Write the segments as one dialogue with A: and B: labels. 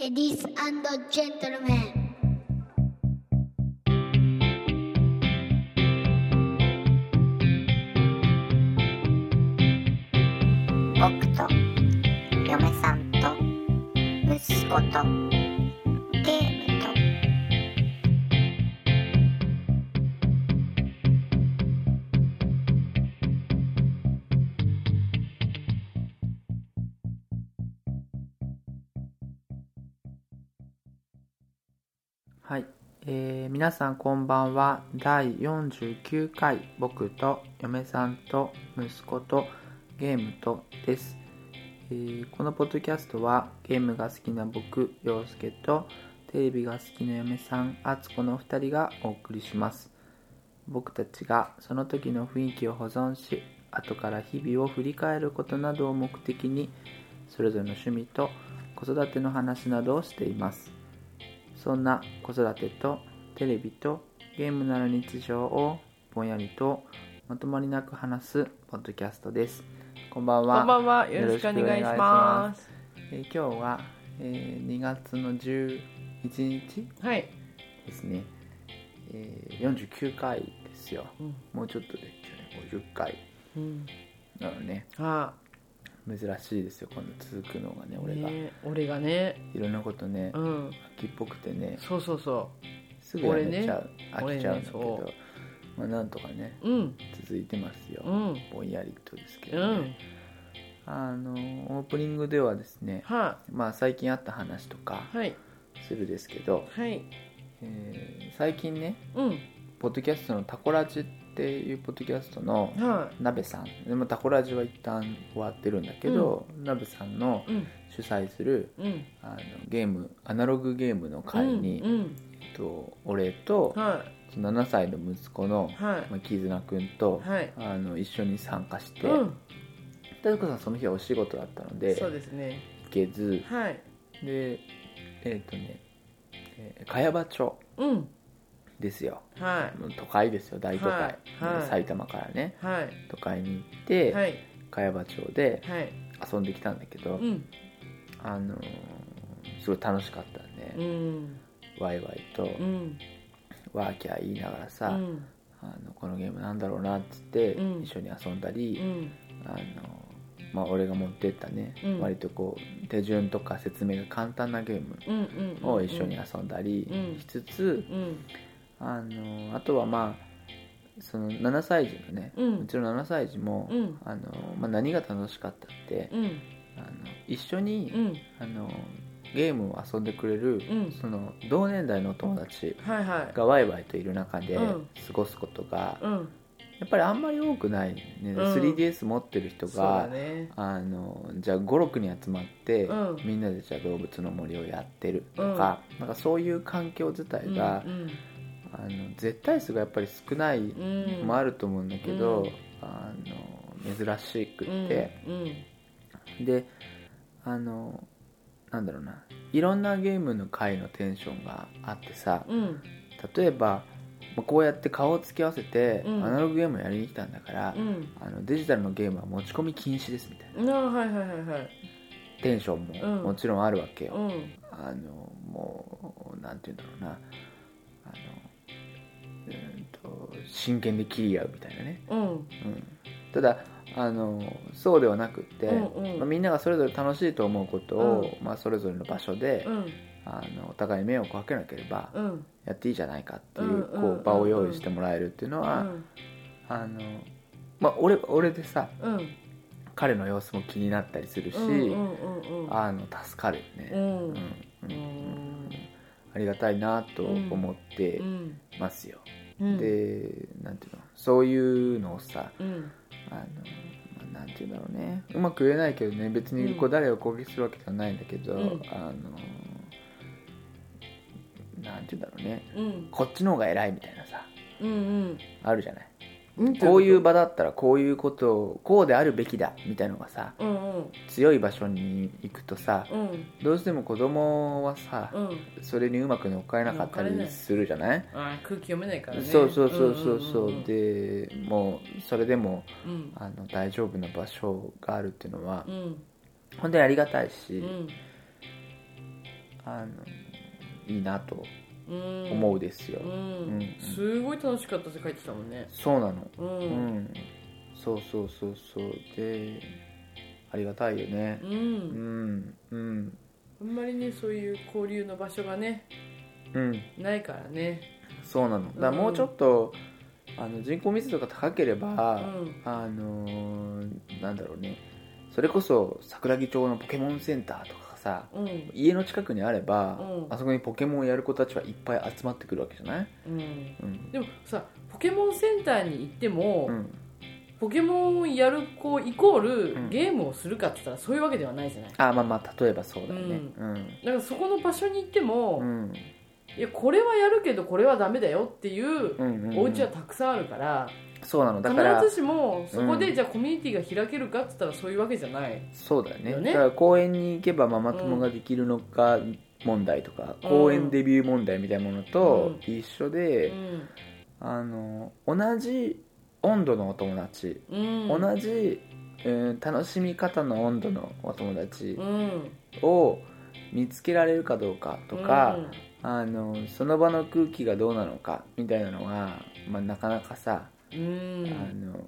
A: Ladies and gentlemen.
B: 僕と嫁さんと息子とゲームと
C: はい、えー皆さんこんばんは第49回僕と嫁さんと息子とゲームとです、えーこのポッドキャストはゲームが好きな僕陽介とテレビが好きな嫁さん敦子の2人がお送りします僕たちがその時の雰囲気を保存し後から日々を振り返ることなどを目的にそれぞれの趣味と子育ての話などをしていますそんな子育てとテレビとゲームなど日常をぼんやりとまとまりなく話すポッドキャストです。こんばんは。
D: こんばんは。よろしくお願いします。
C: えー今日は、えー2月の11日
D: はい。
C: ですね、えー49回ですよ。
D: うん
C: もうちょっとで50回なのね
D: あ、
C: 珍しいですよこの続くのがね俺が、
D: ね、俺がね、
C: いろんなことね
D: うん、
C: 秋っぽくてね
D: そうそうそ
C: すぐやめちゃう、飽きちゃうんだけ
D: 俺
C: ど、
D: ね
C: まあ、なんとかね
D: う。うん、
C: 続いてますよ、
D: うん、
C: ぼんやりとですけ
D: う
C: ど、ね
D: ん、
C: あのオープニングではですね
D: は
C: まあ最近あった話とか
D: い、はい、
C: するですけど、
D: はい、
C: えー最近ね
D: うん、
C: ポッドキャストの「タコラジ」っていうポッドキャストの
D: は
C: なべさんでもタコラジは一旦終わってるんだけど、なべさんの
D: い、うん、
C: 主催する
D: うん、
C: あのゲームアナログゲームの会に、
D: うん、
C: えっと、俺と
D: は
C: その7歳の息子の、
D: い、は
C: まあ、絆くんと、
D: い、はい、
C: あの一緒に参加して
D: うん、
C: たずこさんその日はお仕事だったので
D: そう
C: 行
D: ですね。
C: けず
D: はい、
C: でえっ、とね、えー茅場町
D: うん、
C: ですよ
D: は
C: もう都会ですよ大都会、
D: はいはい
C: 埼玉からね
D: い、はい、
C: 都会に行って、
D: はい、
C: 茅場町で
D: はい、
C: 遊んできたんだけど、
D: うん、
C: あのーすごい楽しかったね、
D: うん、
C: ワイワイと
D: うん、
C: ワーキャー言いながら
D: う
C: さ、
D: ん、
C: あのこのゲームなんだろうなっつって
D: うん
C: 一緒に遊んだ
D: う
C: り、
D: ん、
C: あのまあ、俺が持ってったね、
D: うん
C: 割とこう手順とか説明が簡単なゲーム
D: うん、うん、
C: を一緒に遊んだり
D: うん
C: しつつ、
D: うん、
C: あのあとはまあその7歳児のね、
D: う、
C: うんちの7歳児も、
D: うん、
C: あのまあ、何が楽しかったって、
D: うん、
C: あの一緒に、
D: うん、
C: あのゲームを遊んでくれる、
D: うん
C: その同年代のお友達
D: はい、はい。
C: がワイワイといる中で
D: うん
C: 過ごすことが、
D: うん、
C: やっぱりあんまり多くない、ね
D: ん
C: 3DS 持ってる人
D: そうだ
C: が、
D: ね。
C: あのじゃあ56人集まって、
D: うん
C: みんなでじゃあ動物の森をやってるとか,、なんかそういう環境自体が、
D: うん
C: あの絶対数がやっぱり少ない
D: うん、
C: のもあると思うんだけど、
D: うん
C: あの珍しくって、
D: うんうん
C: であのなんだろうないろんなゲームの回のテンションがあってさ
D: うん
C: 例えばまあこうやって顔を突き合わせて、
D: うん
C: アナログゲームをやりに来たんだから、
D: うん
C: あのデジタルのゲームは持ち込み禁止ですみたいな
D: うんあはいはいはいはい
C: テンション
D: うん
C: ももちろんあるわけよ、
D: うん
C: あのもうなんて言うんだろうなあのうーんと真剣で切り合うみたいなね、
D: うん
C: うん、ただあのそうではなくって、
D: うんうん
C: まあみんながそれぞれ楽しいと思うことを、まあ、それぞれの場所で、
D: うん
C: あのお互い迷惑をかけなければ
D: うん
C: やっていいじゃないかっていう,、
D: うんう
C: こう
D: ん
C: 場を用意してもらえるっていうのは、あのまあ、俺俺でさ
D: うん
C: 彼の様子も気になったりするし、
D: うんうんうん
C: あの助かるよ
D: う
C: ね、
D: ん
C: うんうん
D: うん
C: ありがたいなと思って
D: うん
C: ますよ、
D: うん
C: でなんていうのそういうのをさ
D: う
C: あ
D: ん
C: の、まあなんていうんだろうねうまく言えないけどね別にこ
D: う
C: うん誰を攻撃するわけじゃないんだけど、
D: うん
C: あのなんていうんだろうね
D: うん
C: こっちの方が偉いみたいなさ
D: うん
C: あるじゃない
D: うん
C: こういう場だったらこういうことをこうであるべきだみたいのがさ
D: うんうん
C: 強い場所に行くとさ
D: うん
C: どうしても子供はさ
D: うん
C: それにうまく乗っかれなかった
D: 乗っかれな
C: り
D: い
C: するじゃない
D: あ空気読めないからね
C: そうそうそうそうそ
D: んんん
C: うでもうそれでも
D: うん
C: あの大丈夫な場所があるっていうのは
D: うん
C: 本当にありがたいし
D: うん
C: あのいいなと
D: うん
C: 思うですよ、
D: うん、
C: うん
D: すごい楽しかったって書いてたもんね
C: そうなの
D: うん
C: うん、そうそうそうそうでありがたいよね
D: う、
C: うんんうん
D: あんまりねそういう交流の場所がね
C: うん
D: ないからね
C: そうなのだからもうちょっと、あの人口密度が高ければ、
D: うん
C: あのーなんだろうねそれこそ桜木町のポケモンセンターとかがさ
D: うん
C: 家の近くにあれば、
D: うん
C: あそこにポケモンをやる子たちはいっぱい集まってくるわけじゃない、
D: うん
C: うん
D: でもさポケモンセンターに行っても、
C: うん、
D: ポケモンやる子イコール、
C: うん
D: ゲームをするかって言ったらそういうわけではないじゃない
C: あまあまあ例えばそうだよね
D: だからそこの場所に行って
C: う
D: も、
C: ん
D: いやこれはやるけどこれはダメだよっていう
C: うんうんうん
D: お家はたくさんあるから、
C: そうなのだから
D: 必ずしもそこで、
C: うん
D: じゃあコミュニティが開けるかって言ったらそういうわけじゃない、
C: そうだよね
D: よね
C: だから公園に行けばママ友ができるのか問題とか、
D: うん
C: 公園デビュー問題みたいなものと一緒で、
D: うん
C: あの同じ温度のお友達、
D: うん、
C: 同じ、うん、楽しみ方の温度のお友達
D: うん
C: を見つけられるかどうかとか、あのその場の空気がどうなのかみたいなのは、まあ、なかなかさ、
D: うん、うん
C: あの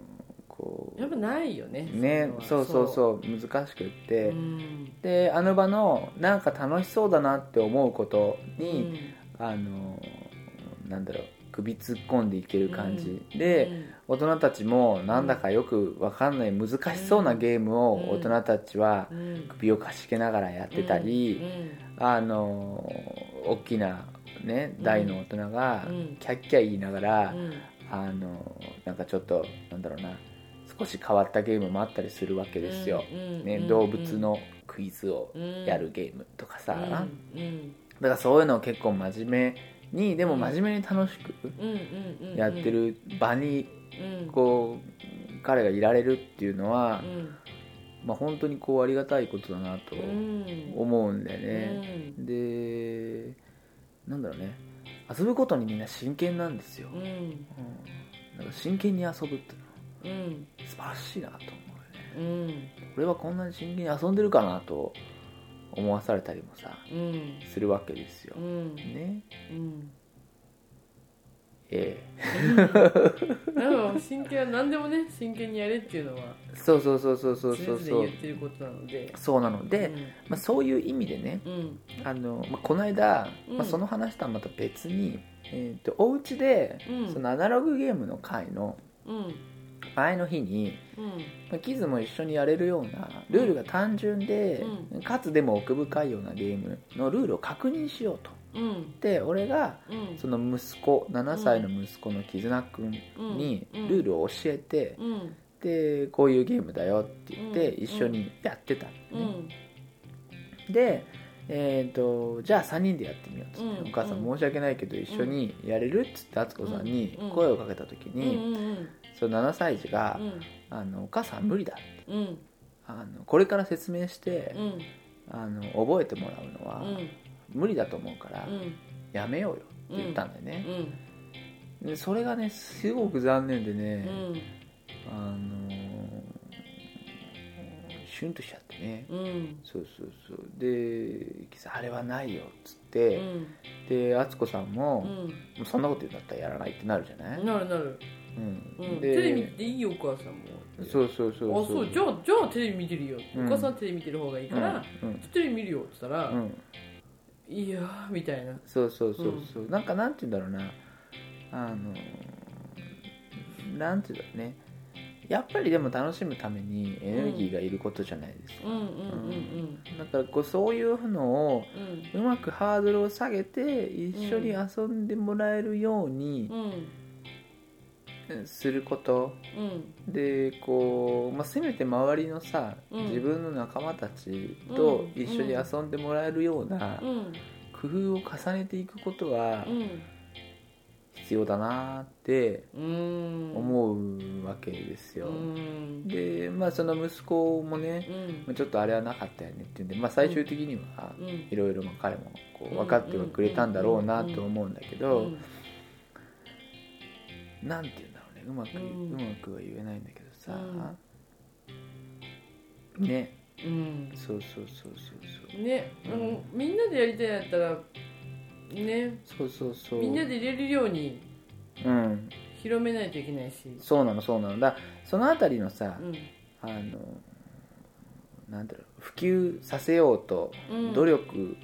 C: こ
D: やっぱないよね
C: うねそうそう
D: う
C: そう難しくって、
D: うん
C: であの場のなんか楽しそうだなって思うこと
D: う
C: に、
D: ん
C: あのなんだろう首突っ込んでいける感じ、で、大人たちもなんだかよくわかんない難しそうなゲームを大人たちは
D: うんうん
C: 首をかしげながらやってた
D: う
C: り、
D: ん
C: あの大きな、ね、
D: うん
C: 大の大人が
D: うん
C: キャッキャ言いながら、
D: うん
C: あのなんかちょっとなんだろうな少し変わったゲームもあったりするわけですよ、
D: うんうん
C: ね
D: うん、
C: 動物のクイズをやるゲームとかさ、
D: うんうん
C: だからそういうのを結構真面目にでも真面目に楽しく
D: うんうんうん
C: やってる場に
D: うん
C: こう彼がいられるっていうのは
D: う、ん
C: まあ、本当にこうありがたいことだなと
D: うん
C: 思うんだよ
D: う
C: ね、
D: ん
C: でなんだろうね遊ぶことにみんな真剣なんですよ、
D: う
C: う
D: ん
C: ん、なんか真剣に遊ぶっていうのは
D: うん
C: 素晴らしいなと思うよね
D: うん
C: 俺はこんなに真剣に遊んでるかなと思わされたりもさ
D: うん
C: するわけですよ
D: う、ん
C: ね
D: うん
C: ええ
D: なんか真剣は何でもね真剣にやれっていうのは
C: そうそうそうそうそ
D: 常
C: うそうそ
D: 々言
C: う
D: ってることなので
C: そうなので、まあ、そういう意味でね、
D: うんうん
C: あのまあ、この間、
D: うん
C: まあ、その話とはまた別に、えー、とお家で、
D: うん
C: そのアナログゲームの会の
D: うん
C: 前の日に、
D: うん
C: まあ、キズも一緒にやれるようなルールが単純で、かつでも奥深いようなゲームのルールを確認しようと
D: うん
C: で俺が
D: うん
C: その息子7歳の息子のキズナ君に
D: うん
C: ルールを教えて、
D: うん
C: でこういうゲームだよって言って
D: うん
C: 一緒にやってたのね、
D: うん
C: で、えー、とじゃあ3人でやってみようっつって、
D: うん
C: お母さん申し訳ないけど一緒にやれるっつって敦子さんに
D: うん
C: 声をかけた時
D: うんう
C: に、
D: んうん
C: その7歳児が
D: うん
C: 「あのお母さん無理だ
D: うん
C: あのこれから説明して
D: う、ん
C: あの覚えてもらうの
D: う
C: は
D: ん
C: 無理だと思うから
D: うん
C: やめようよ」って言ったんだよね、
D: うん
C: でそれがねすごく残念で
D: う
C: ね、
D: ん
C: あのーシュンとしちゃってね、
D: うん
C: そうそうそうで「キさんあれはないよ」っつっ
D: う
C: て、
D: ん
C: で敦子さんも、
D: う
C: もうそんなこと言うんだったらやらないってなるじゃない、
D: んなるなる
C: うん
D: うん
C: で
D: テレビ見ていいよお母さんも
C: そうそうそう
D: あそうじゃあじゃあテレビ見てるよ、
C: うん
D: お母さんテレビ見てる方がいいから、
C: うん
D: テレビ見るよって言ったら、
C: うんうん
D: いやーみたいな
C: そうそうそうそう、なんかなんて言うんだろうなあのなんて言うんだろうねやっぱりでも楽しむためにエネルギーがいることじゃないです
D: う
C: か、
D: んうんうん
C: だからこうそういうのを
D: うん
C: うまくハードルを下げて一緒に遊んでもらえるように
D: うん
C: すること、
D: うん
C: でこう、まあ、せめて周りのさ、
D: うん
C: 自分の仲間たちと
D: うん
C: 一緒に遊んでもらえるような
D: うんうん
C: 工夫を重ねていくことは
D: うん
C: 必要だなって
D: うん
C: 思うわけです
D: う
C: よ、
D: ん
C: でまあその息子もね
D: うん
C: まあちょっとあれはなかったよねっていうんで、まあ、最終的には
D: うん
C: いろいろまあ彼もこう分かってはくれたんだろうなと思うんだけど、
D: うん
C: なんて言うんだろうねうまく、
D: う
C: うんまくは言えないんだけどさ、
D: う
C: ね
D: うん
C: そうそうそうそう
D: ねあのみんなでやりたいんやったらね
C: そうそうそうそう
D: みんなで入れるように
C: うん
D: 広めないといけないし
C: そうなのそうなのだそのあたりのさ、
D: うん
C: あのなんだろう普及させようと
D: うん
C: 努力、
D: うん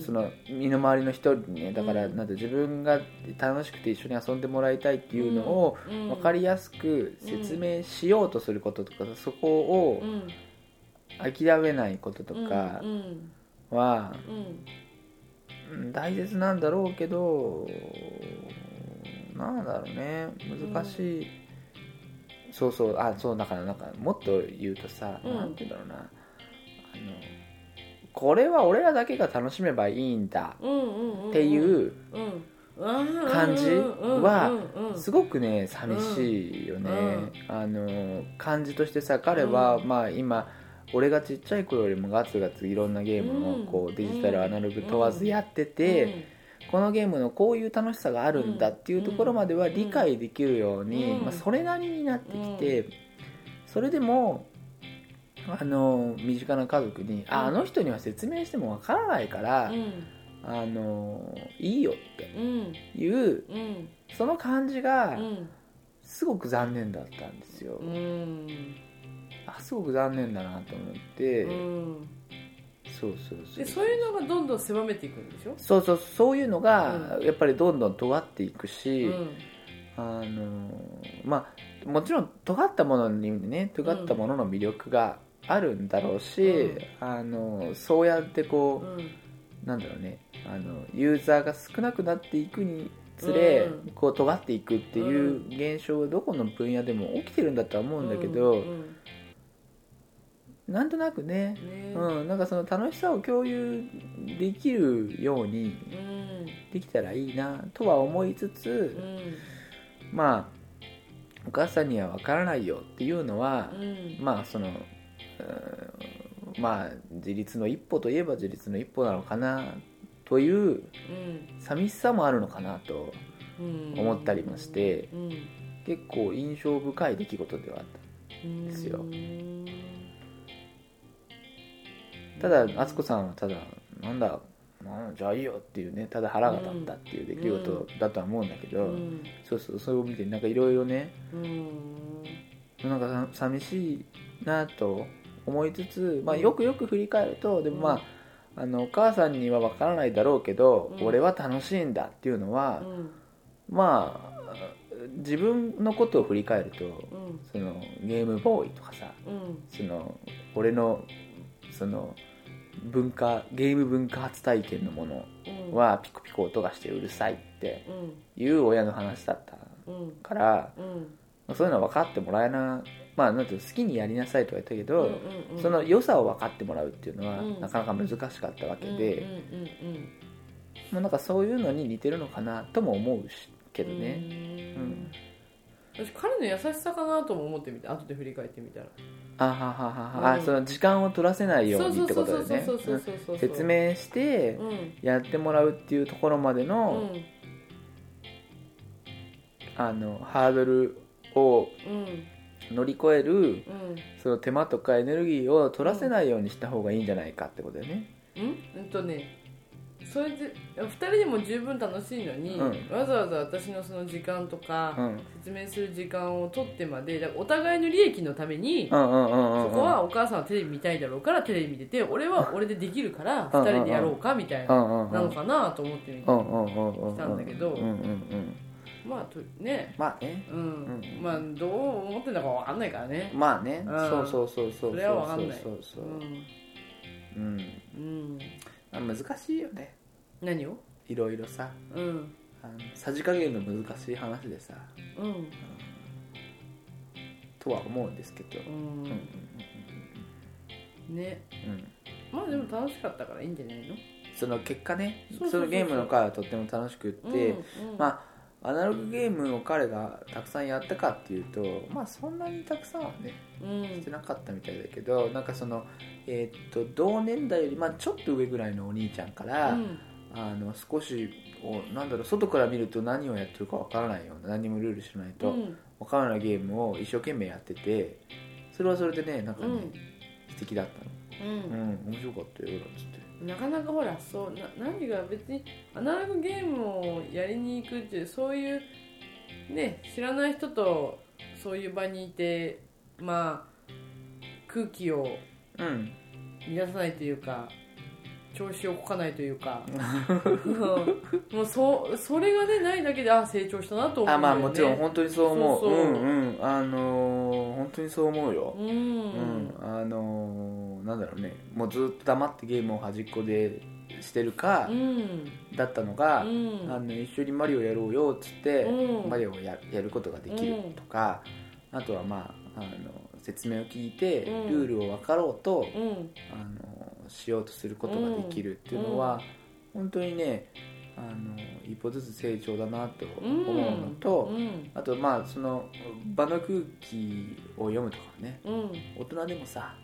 C: その身の回りの人にねだから、
D: うん
C: なんて自分が楽しくて一緒に遊んでもらいたいっていうのを、
D: うん
C: 分かりやすく説明しようとすることとか、そこを
D: うん
C: 諦めないこととか
D: うん
C: は、
D: うん
C: うん大切なんだろうけどなんだろうね難しい、そうそうあそうだからなんかもっと言うとさ、
D: うん
C: なんて言うんだろうなあのこれは俺らだけが楽しめばいいんだ
D: うんうんうん
C: っていう、
D: うん
C: 感じはす
D: ご
C: ごくね寂しいよね、あの感じとしてさ彼は、
D: うん
C: まあ今俺がちっちゃい頃よりもガツガツいろんなゲーム
D: う
C: を
D: ん
C: こうデジタル
D: うん
C: アナログ問わずやってて、このゲームのこういう楽しさがあるんだっていうところまでは理解できるように、
D: うん
C: まあ、それなりになってきて、それでもあの身近な家族に、あ
D: うん
C: あの人には説明してもわからないから、
D: うん
C: あのいいよって
D: うん
C: いう
D: うん
C: その感じが
D: うん
C: すごく残念だったんですよ、
D: うん
C: あすごく残念だなと思って、
D: うん
C: そうそうそう
D: でそういうのがどんどん狭めていくんでしょ
C: そうそうそういうのが
D: うん
C: やっぱりどんどん尖っていくし、
D: うん
C: あのまあもちろん尖ったものにね尖ったものの魅力があるんだろうし、
D: うん
C: あのそうやってこう、
D: うん
C: なんだろうねあのユーザーが少なくなっていくにつれ、
D: う
C: こう尖っていくっていう現象はどこの分野でも起きてるんだとは思うんだけど、
D: うん
C: なんとなくね、
D: ね
C: うん、なんかその楽しさを共有できるように
D: うん
C: できたらいいなとは思いつつ、
D: うん
C: まあお母さんには分からないよっていうのは
D: う、ん
C: まあそのうーんまあ自立の一歩といえば自立の一歩なのかなという寂しさもあるのかなと
D: うん
C: 思ったりもして
D: うん
C: 結構印象深い出来事ではあっ
D: うん
C: ですよ
D: うん
C: たただ敦子さんはただなんだなんじゃあいいよっていうねただ腹が立ったっていう出来事だとは思うんだけ
D: う
C: ど、
D: ん
C: そうそうそれを見てなんかいろいろね
D: うん
C: なんかさ寂しいなと思いつつ、まあ、
D: うん
C: よくよく振り返るとでもまあ,、あのお母さんには分からないだろうけど、
D: うん
C: 俺は楽しいんだっていうのは
D: う、ん
C: まあ自分のことを振り返ると
D: うん
C: そのゲームボーイとかさ
D: うん
C: その俺のその文化ゲーム文化初体験のもの
D: うん
C: はピコピコ音がしてうるさいって
D: うん
C: いう親の話だった
D: うん
C: から
D: うん
C: そういうのは分かってもらえなまあなんていうの好きにやりなさいとは言ったけ
D: うん
C: ど、
D: うん
C: その良さを分かってもらうっていうのは、
D: うん
C: なかなか難しかったわけで、
D: うんうんうんうん
C: もうなんかそういうのに似てるのかなとも思うしけどね、
D: う
C: うんん
D: 私彼の優しさかなとも思ってみて後で振り返ってみたら
C: あはははは、あ
D: うん
C: その時間を取らせないようにってことでね
D: そうそうそうそうそうそうそう
C: うん説明して
D: うん
C: やってもらうっていうところまで
D: う
C: の,、
D: ん
C: あのハードルを
D: うん
C: 乗り越える
D: うん
C: その手間とかエネルギーを取らせないようにした方がいいんじゃないかってことだよね、
D: うんうんとねそれで2人でも十分楽しいのに、
C: うん
D: わざわざ私のその時間と
C: う
D: か、
C: ん、
D: 説明する時間を取ってまでだからお互いの利益のために、
C: うんうんうんうんうん
D: そこはお母さんはテレビ見たいだろうからテレビ見てて俺は俺でできるから
C: うん
D: 2人でやろうかみたいな、
C: うんうんうん
D: なのかなと思ってみて、
C: うんうんうんうん
D: したんだけ
C: う
D: ど
C: んうんうん
D: まあとね
C: まあね
D: うん、
C: うん
D: まあどう思ってんだかわかんないからね
C: まあね、
D: うん
C: そうそうそうそう
D: それはわかんない
C: そうそうう、
D: ん、
C: うん
D: うん、
C: まあ、難しいよね
D: 何を
C: いろいろさ
D: うん
C: あのさじ加減の難しい話でさ
D: うん
C: とは思うんですけどう
D: う
C: んうん
D: んね
C: うんうん
D: まあでも楽しかったからいいんじゃないの
C: その結果ね
D: そう
C: そ
D: そうそ
C: の
D: うそう
C: ゲームの回はとっても楽しくって、
D: うんうん
C: まあアナログゲームを彼がたくさんやったかっていうとまあそんなにたくさんはね
D: うん
C: してなかったみたいだけどなんかそのえーっと同年代より、まあ、ちょっと上ぐらいのお兄ちゃんから、
D: うん
C: あの少しおなんだろう外から見ると何をやってるかわからないような何もルールしないうと
D: ん
C: わからないゲームを一生懸命やっててそれはそれでねなんか
D: う
C: ね、
D: ん
C: 素的だったの
D: う
C: う
D: ん
C: ん面白かったよなんつって
D: なかなかほらそうな何が別にアナログゲームをやりに行くっていうそういうね知らない人とそういう場にいてまあ空気を
C: うん
D: 乱さないというか調子をこかないというかうんもうそそれがねないだけであ成長したなと思
C: あ
D: うん
C: ま
D: だよ、
C: あ
D: ね、
C: もちろん本当にそう思う
D: そうそうん
C: うんあのー本当にそう思うよ
D: うん、
C: うん、あのーなんだろうねもうずっと黙ってゲームを端っこでしてるか
D: う、ん
C: だったのが、
D: うん
C: あの一緒にマリオやろうよっつって、
D: うん
C: マリオをややることができるとか、あとはまああの説明を聞いて、
D: うん
C: ルールを分かろうと、
D: うん
C: あのしようとすることができるっていうのは、本当にねあの一歩ずつ成長だなと
D: うん
C: 思うのと、
D: うん
C: あとまあその場の空気を読むとかね
D: うん
C: 大人でもさ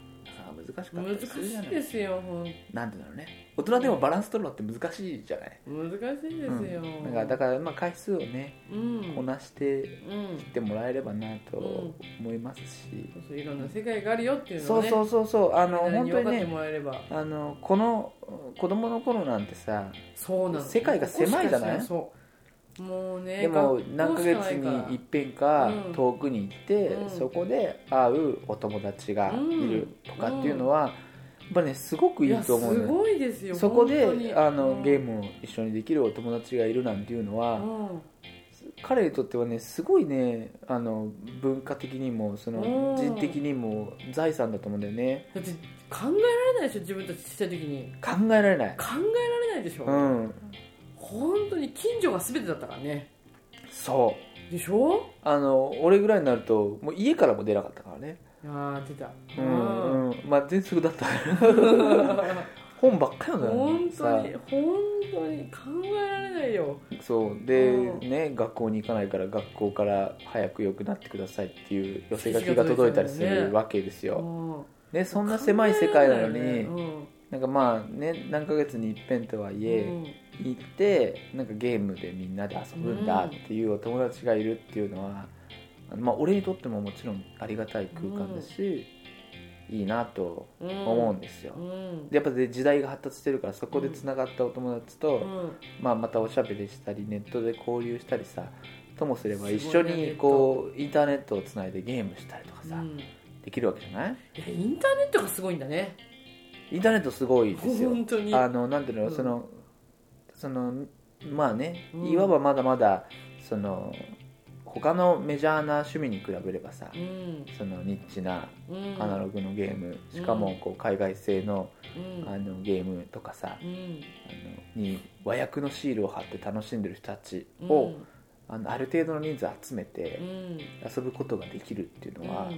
C: なんか難しかった
D: 難
C: りするじゃな
D: し
C: いい
D: ですよほ
C: なん
D: ん
C: て言うんだろうね大人でもバランス取るのって難しいじゃない
D: 難しいですよ、
C: うん、なんかだからまあ回数をね
D: うん
C: こなして
D: うん
C: いってもらえればなと
D: う
C: 思いますし、
D: そうそういろんな世界があるよっていうの
C: そ
D: を
C: う
D: ね
C: そうそうそうあの
D: みんな
C: 本
D: に
C: 当
D: 分
C: に
D: かって
C: ね
D: もらえれば
C: あのこの子供の頃なんてさ
D: そうなの
C: 世界が狭いじゃない
D: ここしかそうもうね
C: でも
D: 学校
C: 何ヶ月にいっぺんか
D: うん
C: 遠くに行って、
D: うん
C: そこで会うお友達がいるとかっていうのは、やっぱねすごくい
D: しかないいか
C: と
D: ら
C: 思う
D: いや
C: の
D: す
C: よ
D: ごいですよ
C: そこ
D: 本当に
C: であの、
D: うん
C: ゲームを一緒にできるお友達がいるなんていうのは、
D: うん
C: 彼にとってはねすごいねあの文化的にもその
D: うん
C: 人的にも財産だと思うんだよね
D: だって考えられないでしょ自分たちちっちゃい時に
C: 考えられない
D: 考えられないでしょ、
C: うん
D: 本当に近所が全てだったからね
C: そう
D: でしょ
C: あの俺ぐらいになるともう家からも出なかったからね
D: ああ出た
C: う
D: うん
C: ん、うん、まあ全速だった
D: 本
C: 本ばっかりなの
D: 当に
C: にさ
D: 本当に考えられないよ
C: そうで、
D: うん
C: ね学校に行かないから学校から早く良くなってくださいっていう寄せ書きが届いたりするわけですよ、
D: うん
C: ね、そんな狭い世界なのに、
D: 考えられないよね
C: なんかまあね何ヶ月に一遍とはい
D: うん
C: え、行ってなんかゲームでみんなで遊ぶんだっていうお友達がいるっていうのは、まあ、俺にとってももちろんありがたい空間だし、いいなと
D: うんうん
C: 思うんですよ、
D: うん
C: でやっぱで時代が発達してるからそこでつながったお友達と、
D: うん
C: まあ、またおしゃべりしたりネットで交流したりさともすれば
D: すごいね
C: 一緒にこうインターネットをつないでゲームしたりとかさ、
D: うんい
C: できるわけじゃない
D: やインターネットがすごいんだね
C: インターネットすごいですよ
D: 本当に
C: あのなんていうの、
D: うん
C: そのそのまあね、
D: うん
C: いわばまだまだその他のメジャーな趣味に比べればさ、
D: うん
C: そのニッチな
D: うん
C: アナログのゲーム、しかもこう海外製の,、
D: うん
C: あのゲームとかさ、
D: うん
C: あのに和訳のシールを貼って楽しんでる人たち
D: うん
C: を、あのある程度の人数集めて
D: うん
C: 遊ぶことができるっていう
D: うん
C: のは、やっ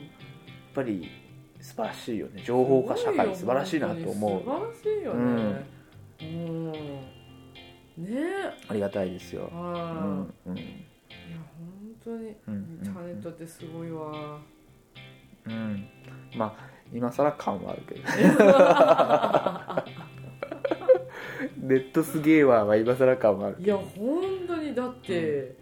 C: ぱり素晴らしいよね情報化社会素晴らしいなと思う
D: すごいよ本当に素晴らしいよねうんねえ
C: ありがたいですよ、う
D: は
C: んうん
D: いいや本当にイ
C: うん
D: ンターネットってすごいわ
C: うん、まあ今更感はあるけどネットすげえわは今更感はある
D: いや本当にだって、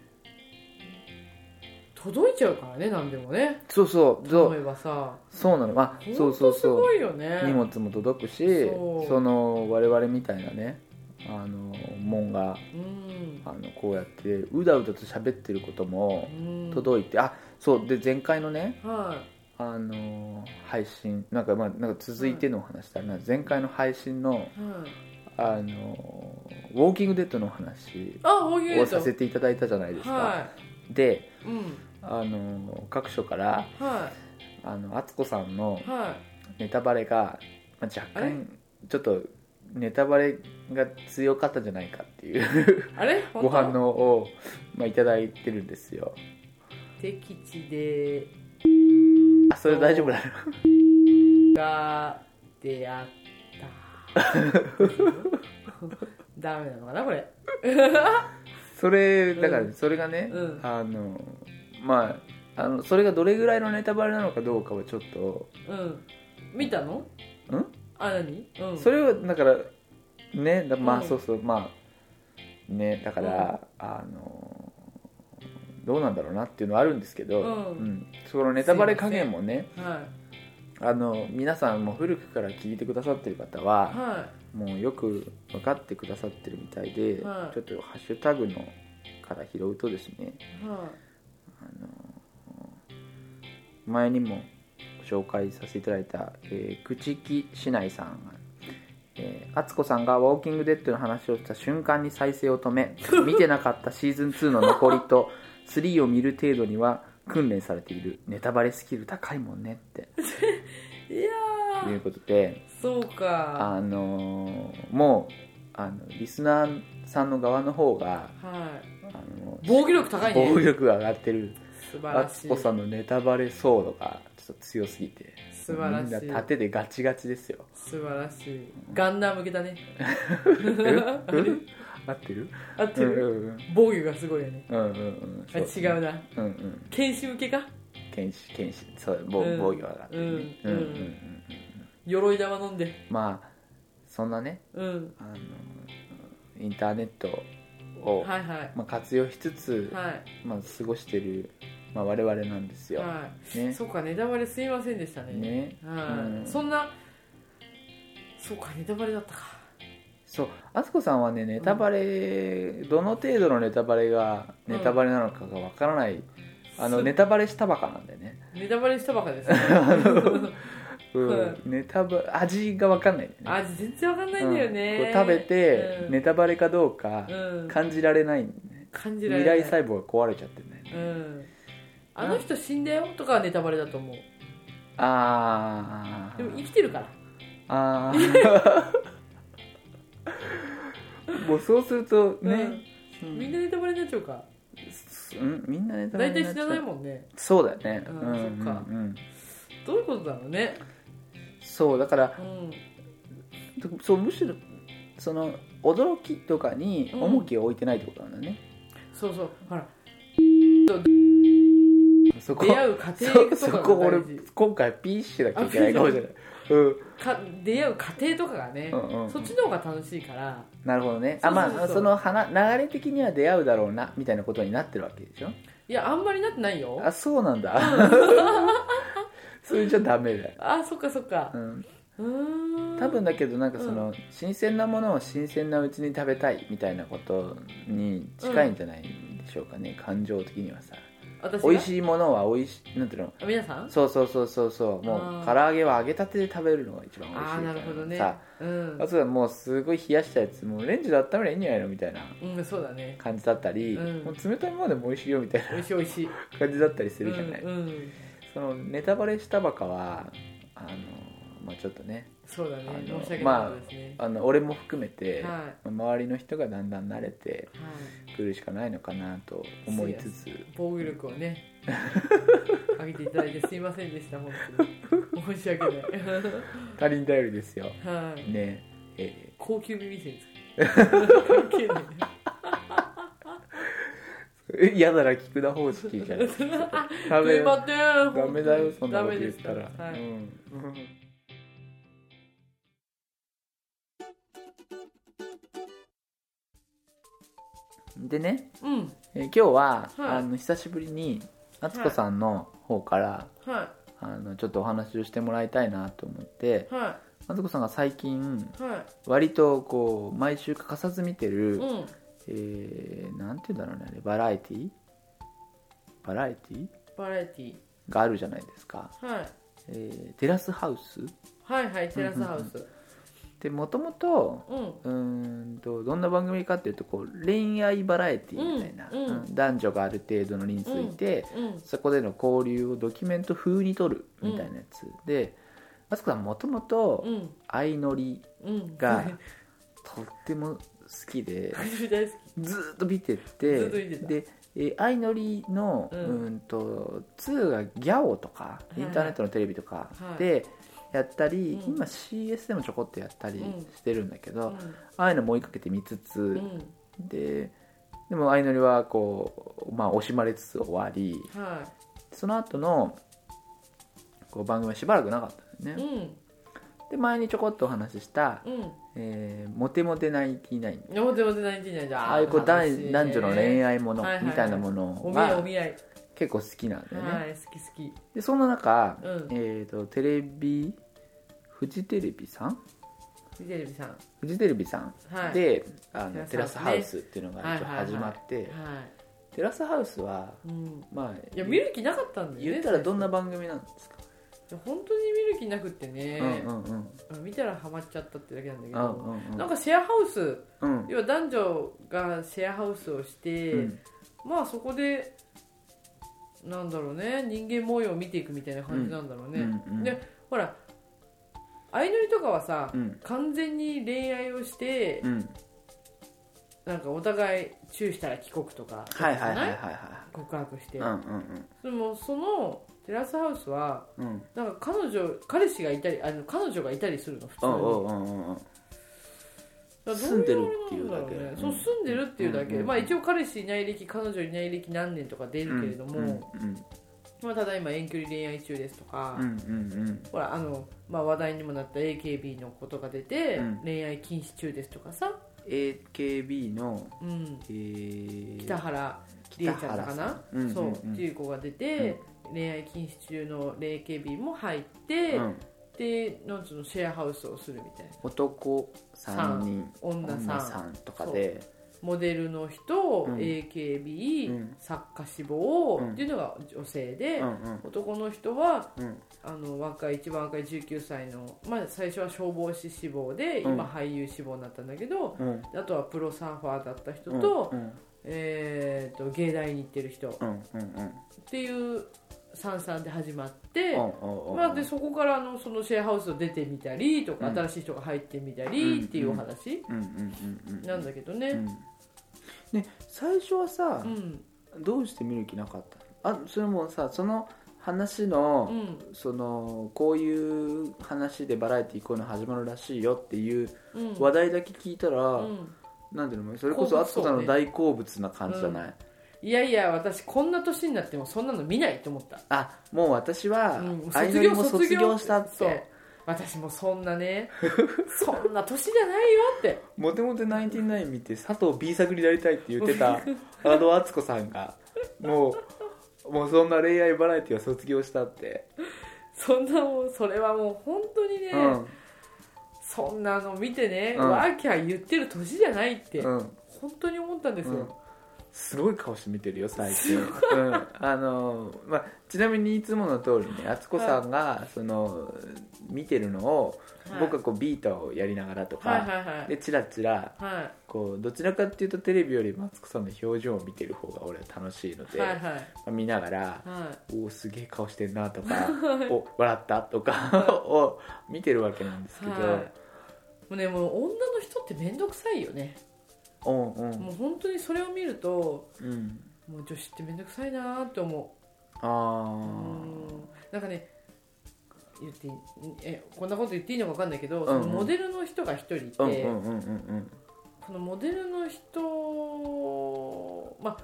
D: 届いちゃうからね何でもね
C: そうそうそ
D: 思え
C: う
D: ばさ
C: そうなのあそ
D: 本
C: うそ
D: 当
C: う
D: す
C: そ
D: ご
C: う
D: いよね
C: 荷物も届くし
D: そう
C: その我々みたいなねあの門が
D: うん
C: あのこうやってうだうだと喋ってることも
D: うん
C: 届いて、あそうで前回のね
D: は
C: あの配信なんかまあなんか続いてのお話だな、前回の配信の
D: いはい
C: あのウォーキングデッドの話
D: あ大喜利
C: をさせていただいたじゃないですか、
D: は
C: で
D: いうん
C: あの各所から
D: は
C: あの敦子さんの
D: いは
C: ネタバレがまあ若
D: あれ
C: 干ちょっとネタバレが強かったんじゃないかっていう
D: いあれ
C: ご反応を、まあ、いただいてるんですよ
D: 敵地で
C: あそれ大丈夫だよ
D: が出会った ダメなのかなこれ
C: それだから、
D: うん
C: それがね、
D: うん
C: あのまああのそれがどれぐらいのネタバレなのかどうかはちょっと
D: うん見たの
C: ん
D: あ何うん
C: それはだからねだまあ
D: うん
C: そうそう、まあねだから、あのどうなんだろうなっていうのはあるんですけど、
D: うん
C: そのネタバレ加減もね
D: は
C: あの皆さんも古くから聞いてくださってる方は
D: は
C: もうよく分かってくださってるみたいで、
D: はい
C: ちょっとハッシュタグのから拾うとですね
D: いは
C: あの前にも紹介させていただいた、えー、口木市内さんが。えー、敦子さんが「ウォーキングデッド」の話をした瞬間に再生を止 め見てなかったシーズン2の残りと3を見る程度には訓練されているネタバレスキル高いもんねって
D: いいや
C: い
D: ー
C: うことで
D: そうか
C: あのーもうあのリスナーさんの側の方が
D: は
C: あの
D: い防御力高いね
C: 防御力が上がってる
D: 素晴ら
C: 敦
D: しい
C: 子さんのネタバレ騒動がちょっと強すぎて
D: 素晴らしい
C: みんな盾でガチガチです よ
D: 素晴らしいガンダー向けだね
C: えうん合ってる
D: 合ってる
C: うんうん
D: 防御がすごいよね
C: うんうんうん
D: あ
C: そ
D: 違うな
C: うんうん
D: 剣士向けか
C: 剣士剣士そう防
D: うん
C: 防御が上がってるね
D: う
C: うん
D: ん
C: うん
D: うん
C: うん
D: 鎧玉飲んで
C: まあそんなね
D: うん
C: あのインターネットを、
D: はいはい
C: まあ、活用しつつ、
D: は
C: まあ、過ごしてる、まあ、我々なんです
D: い
C: よ、
D: は
C: ね
D: いそうかネタバレすいませんでしたね
C: ね
D: は
C: うん
D: いそんなそうかネタバレだったか
C: そう敦子さんはねネタバレ、どの程度のネタバレがネタバレなのかがわからない、あの
D: す
C: ネタバレしたばかなんだよね、
D: ネタバレしたばかですね
C: うん
D: は
C: ネタバレ味がわかんないんだよね
D: 味全然わかんないんだよね
C: うんこう食べて、ネタバレかどうか
D: うん
C: 感じられないんだよね
D: 感じられ
C: 未
D: ない
C: 来細胞が壊れちゃってるんだよね、
D: うんあの人死んだよとかはネタバレだと思う
C: ああ
D: でも生きてるから
C: あー もうそうするとね、う
D: うん
C: ん
D: みんなネタバレになっちゃうか
C: うんみんなネタバレ
D: 大
C: になっ
D: 体知
C: ちゃう
D: らないもんね
C: そうだよね
D: うん
C: うん
D: そっか
C: うんうん
D: どういうことだろうね
C: そうだから
D: うん
C: そうむしろその驚きとかに
D: うん
C: 重きを置いてないってことなんだね、
D: そうそうほら
C: そこ
D: 出会う過程
C: そ
D: と
C: そ
D: か
C: こ
D: が
C: 俺
D: 大事
C: 今回ピーしなきゃいけないかもしれない、うん
D: か出会う過程とかがね、
C: うんうん
D: そっちの方が楽しいから
C: なるほどね
D: そ
C: あ
D: うそうそう
C: まあその花流れ的には出会うだろうなみたいなことになってるわけでしょ
D: いやあんまりなってないよ
C: あそうなん だそれじゃダメだよ、
D: あそっかそっか
C: うん、
D: うーん
C: 多分だけどなんかその、新鮮なものを新鮮なうちに食べたいみたいなことに近いんじゃないでしょうかね、感情的にはさ
D: 私が
C: 美味しいものは美味しいなんていうの
D: あ皆さん
C: そうそうそうそうそうも
D: あ
C: う
D: ー
C: 唐揚げは揚げたてで食べるのが一番美味しい
D: ああ
C: みた
D: ないるほどね
C: さ
D: うん
C: あ、とはもうすごい冷やしたやつもうレンジで温めればいいんじゃないのみたいな
D: うん、そうだね
C: 感じだったり、
D: うん
C: もう冷たいものでも美味しいよみたい
D: 美味しい美味しい
C: な感じだったりするじゃない、
D: うんうん
C: そのネタバレしたばかはあのまあちょっとね
D: そうだね
C: あの
D: 申し訳ないことですね、
C: あの俺も含めて、
D: は
C: 周りの人がだんだん慣れて
D: い、はい
C: くるしかないのかなと思いつつ
D: 防御力を ね上げていただいてすいませんでした本当に申し訳ない
C: 他人頼りですよ
D: はい
C: ねえ
D: 高級耳栓ですか関係ない
C: ー嫌なら聞くな方式じゃないダ
D: す
C: メ
D: いません
C: ダメだよそんな
D: ダ
C: こと言
D: メで
C: っ
D: す
C: たら、
D: はい
C: うんでね、
D: うん
C: えー今日は、
D: はい
C: あの久しぶりに敦子さんの方から、
D: は
C: あのちょっとお話をしてもらいたいなと思って
D: いは
C: 敦子さんが最近
D: いは
C: 割とこう毎週欠かさず見て
D: い
C: る、
D: うん
C: えーなんて言うんだろうねあれバラエティバラエティ
D: バラエティ
C: があるじゃないですか、
D: はい
C: えーテラスハウスっ
D: はいはいテラスハウス
C: てもともと
D: う
C: うー
D: ん
C: んとどんな番組かっていうとこう恋愛バラエティみたいな、
D: うんうん
C: うん男女がある程度の人数いて、
D: うん
C: そこでの交流をドキュメント風に撮るみたいなやつ、でマツコさんもともと
D: うん
C: 相乗り
D: うん
C: がとっても好きで
D: 大好
C: ずーっと見てて
D: ずーっと見てた
C: で、えー相乗りの、う
D: うんん、
C: と2がギャオとか
D: い
C: インターネットのテレビとか
D: はい
C: でやったり、
D: うん
C: 今 CS でもちょこっとやったり
D: うん
C: してるんだけど、
D: き
C: ああいうのも追いかけてみつつ、
D: うんうん
C: ででも相乗りはこう、まあ、惜しまれつつ終わり
D: は
C: その後のこう番組はしばらくなかったんだ
D: い
C: よ
D: う
C: ね、
D: ん
C: で前にちょこっとお話しした
D: う
C: 「えーモテモテナインティナイン」
D: んモテモテナインティナインじゃん
C: ああいうこう
D: 楽しい
C: 男
D: ね
C: 男女の恋愛もの
D: はいはいはい
C: みたいなもの
D: お見合いお
C: が
D: 見合い
C: 結結構好きなんだよね、
D: はい好き好き
C: でそんな中、
D: うん
C: えー、とテレビフジテレビさん
D: フジテレビさんは
C: フジテレビさん
D: い
C: で、あのテ
D: テ
C: ラ
D: ラ
C: ス
D: ス
C: ハ
D: ハ
C: ウ
D: ウ
C: ス
D: ス
C: っていうのが一応
D: はいはいはい
C: 始まって、
D: は、
C: テラスハウスはい
D: うん、
C: まあ
D: いや見る気なかったんだよね
C: 言ったらどんな
D: 最
C: 番組なんですか、
D: 初いや本当に見る気なくってね、
C: うんうん
D: 見たらハマっちゃったってだけなんだけ
C: う
D: ど、
C: んうんうん
D: なんかシェアハウス
C: うん
D: 要は男女がシェアハウスをして、
C: うん
D: まあそこでなんだろうね人間模様を見ていくみたいな感じなんだろうね、
C: うんうん
D: でほら相乗りとかはさ、
C: うん
D: 完全に恋愛をして、
C: うん
D: なんかお互いチューしたら帰国とか
C: はいはいはいはい
D: ない
C: は
D: 告白して、
C: いうんうん
D: でもそのテラスハウスは
C: うんうん
D: なんか彼女彼氏がいたりあの彼女がいたりするの普通
C: う
D: に
C: んうんうんうんうん
D: だから
C: 住
D: ど
C: ん
D: う
C: で
D: い
C: る
D: う
C: っていうだけ
D: あれ
C: う
D: なんだろうね
C: ん
D: そう住んでるっていうだけ、
C: うん
D: まあ一応彼氏いない歴彼女いない歴何年とか出るけれども、
C: うん
D: まあ、ただ今遠距離恋愛中ですとか、
C: うんうん
D: ほらあの、まあ、話題にもなった AKB のことが出て、
C: うん
D: 恋愛禁止中ですとかさ、
C: AKB の、
D: うん、
C: えー、
D: 北原理恵ちゃんかな、
C: うんうんうん
D: そうっていう子が出て、恋愛禁止中の AKB も入って、
C: うん、
D: でなんつうのシェアハウスをするみたいな
C: 男3人
D: 女さん
C: 女さんとかで
D: モデルの人、
C: うん
D: AKB、
C: うん
D: 作家志望、
C: うん
D: っていうのが女性で、
C: うんうん
D: 男の人は
C: うん
D: あの若い一番若い19歳の、まあ、最初は消防士志望で
C: うん
D: 今俳優志望になったんだけど、
C: うん
D: あとはプロサーファーだった人と,、
C: うん
D: えー、と芸大に行ってる人っ
C: うんうんうん
D: ていう三々で始まって、
C: うんうん
D: まあ、でそこからあのそのシェアハウスを出てみたりとか、
C: うん
D: 新しい人が入ってみたりっていうお話
C: うんうんうんうん
D: なんだけど
C: う
D: ね。
C: んね最初はさ
D: う、ん
C: どうして見る気なかったのあそれもさその話
D: う
C: の、
D: ん
C: そのこういう話でバラエティーこういうの始まるらしいよっていう
D: うん
C: 話題だけ聞いたら、
D: うん
C: なんていうのそれこそ
D: 好
C: あ
D: 物
C: つこ
D: そうね
C: さんの大好物な感じじゃない、
D: いやいや私こんな年になってもそんなの見ないと思った
C: あもう私は
D: うん
C: 相乗りも卒業したって、
D: そう私もそん なねそんな年じゃないよって
C: モテモテナインティナイン見て佐藤 B 作になりたいって言ってた あの敦子さんがもうもうそんな恋愛バラエティーは卒業したって、
D: そんなもうそれはもう本当にね、
C: うん
D: そんなの見てね、
C: うん
D: ワーキャー言ってる年じゃないって、
C: うん
D: 本当に思ったんです
C: うん
D: よ、
C: すごい顔して見てるよ最近、うんあのまあ、ちなみにいつもの通りね敦子さんが、その見てるのを、
D: はい
C: 僕はこうビートをやりながらとか、
D: はいはいはい
C: でチラチラ
D: は
C: こうどちらかっていうとテレビよりも敦子さんの表情を見てる方が俺は楽しいの
D: い
C: で、
D: はいはい
C: まあ見ながら
D: は
C: 「おおすげえ顔してんな」とか「お笑った」とかを見てるわけなんです
D: い
C: けど、
D: はいもうねもう女の人って面倒くさいよね、
C: うんうん
D: もう本当にそれを見ると
C: うん
D: もう女子って面倒くさいなーって思
C: あ
D: う
C: ー
D: うんなんかね言っていいえこんなこと言っていいのか分かんないけど、
C: ん
D: そ
C: うん
D: のモデルの人が一人いて、
C: うんうんうんうん
D: このモデルの人まあ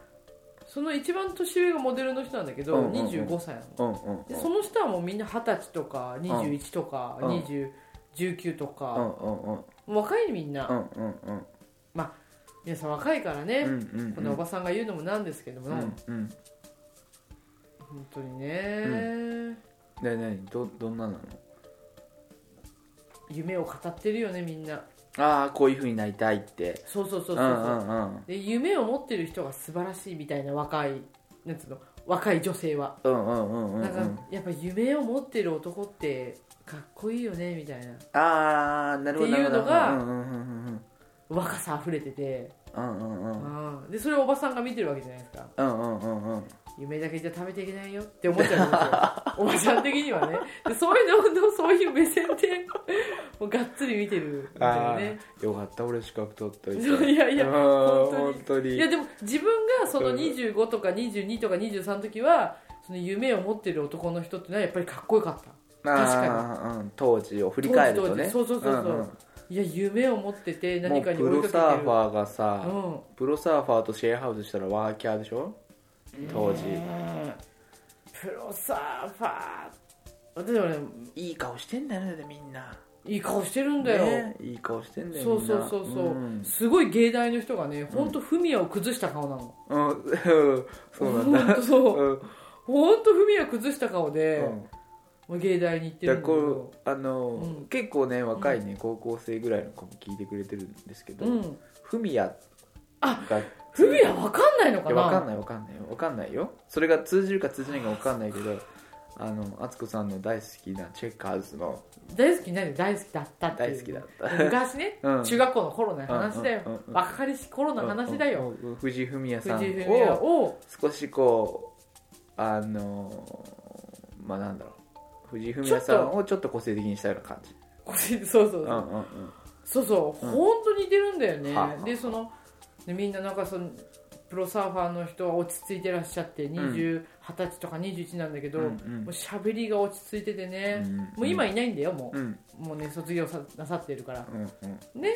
D: その一番年上がモデルの人なんだけど、
C: うんうんうん
D: 25歳なの
C: うんうんうん
D: でその下はもうみんな二十歳とか21とか、
C: うん
D: 20 19と
C: う
D: か、
C: んうんうん
D: 若いみんな、
C: うんうんうん
D: 皆さん若いからね、
C: うんうん
D: このおばさんが言うのもなんですけども、
C: うんうん
D: 本当にね、
C: で何どどんななの
D: 夢を語ってるよねみんな
C: ああこういうふうになりたいって
D: そうそうそうそうう、
C: んうんうん
D: で夢を持ってる人が素晴らしいみたいな若いなんつうの若い女性は
C: うんうんうんうんう
D: なんか
C: ん
D: やっぱ夢を持ってる男ってかっこいいよねみたいな
C: ああなるほど
D: っていうのが
C: なるほどうんうんうんうん
D: 若さ溢れてて、
C: うんうんうん
D: あーでそれをおばさんが見てるわけじゃないですか
C: うんうんうんうん
D: 夢だけじゃ食べていけないよって思っちゃうんです よおばちゃん的にはねでそういうののそういう目線でもうがっつり見てるみたいな
C: あ
D: ね
C: ーよかった俺資格取っといて
D: そういやいや
C: あー本
D: 本
C: 当に
D: いやでも自分がその25とか22とか23の時はその夢を持ってる男の人ってのはやっぱりかっこよかった確
C: かに、うん、当時を振り返るとね
D: 当時当時そうそうそうそうん
C: ん
D: いや夢を持ってて何かに追
C: もうプロ
D: いかけ
C: サ
D: てる
C: ーファーがさ、
D: うん
C: プロサーファーとシェアハウスしたらワーキャーでしょ当時、
D: プロサーファー私はね
C: いい顔してんだよねみんない
D: い顔してるんだよ、
C: ね、いい顔してんだよ
D: そう
C: みんな
D: そうそうそう、
C: ん
D: すごい芸大の人がね本当フミヤを崩した顔なの、
C: うん、そうなんだ
D: ほんとそう
C: うん
D: ほんと文は崩した顔で、
C: うん
D: もう芸大に行って
C: だ
D: るん
C: から
D: だけど
C: こうあの、
D: うん
C: 結構ね若いね高校生ぐらいの子も聞いてくれてるんですけど
D: うん
C: フミヤ
D: あ
C: が
D: 文は分かんないの
C: い
D: か
C: や
D: な
C: わかんないわかんないよわかんないよそれが通じるか通じないかわかんないけどあの敦子さんの大好きなチェッカーズの
D: 大好きなんで大好きだったっていう
C: 大好きだった
D: 昔ね、
C: うん
D: 中学校の頃の話だよ、
C: うんうんうんうん
D: ばっかりし頃の話だよ、
C: うんうん藤井フミヤさん
D: 藤井フミヤ
C: を
D: を
C: 少しこうあのまあなんだろう藤井フミヤさんをちょっと個性的にしたような感じ
D: これそうそううんそううん
C: うん
D: そうそう、
C: うん
D: ほんと似てるんだよね、
C: はあはあ
D: でそのでみんななんかそのプロサーファーの人は落ち着いてらっしゃって20十歳とか21なんだけど、
C: うんう
D: も
C: ん
D: う喋りが落ち着いててね、
C: ん
D: もう今いないんだよもう,、
C: うん
D: もうね卒業さなさってるから
C: うんうん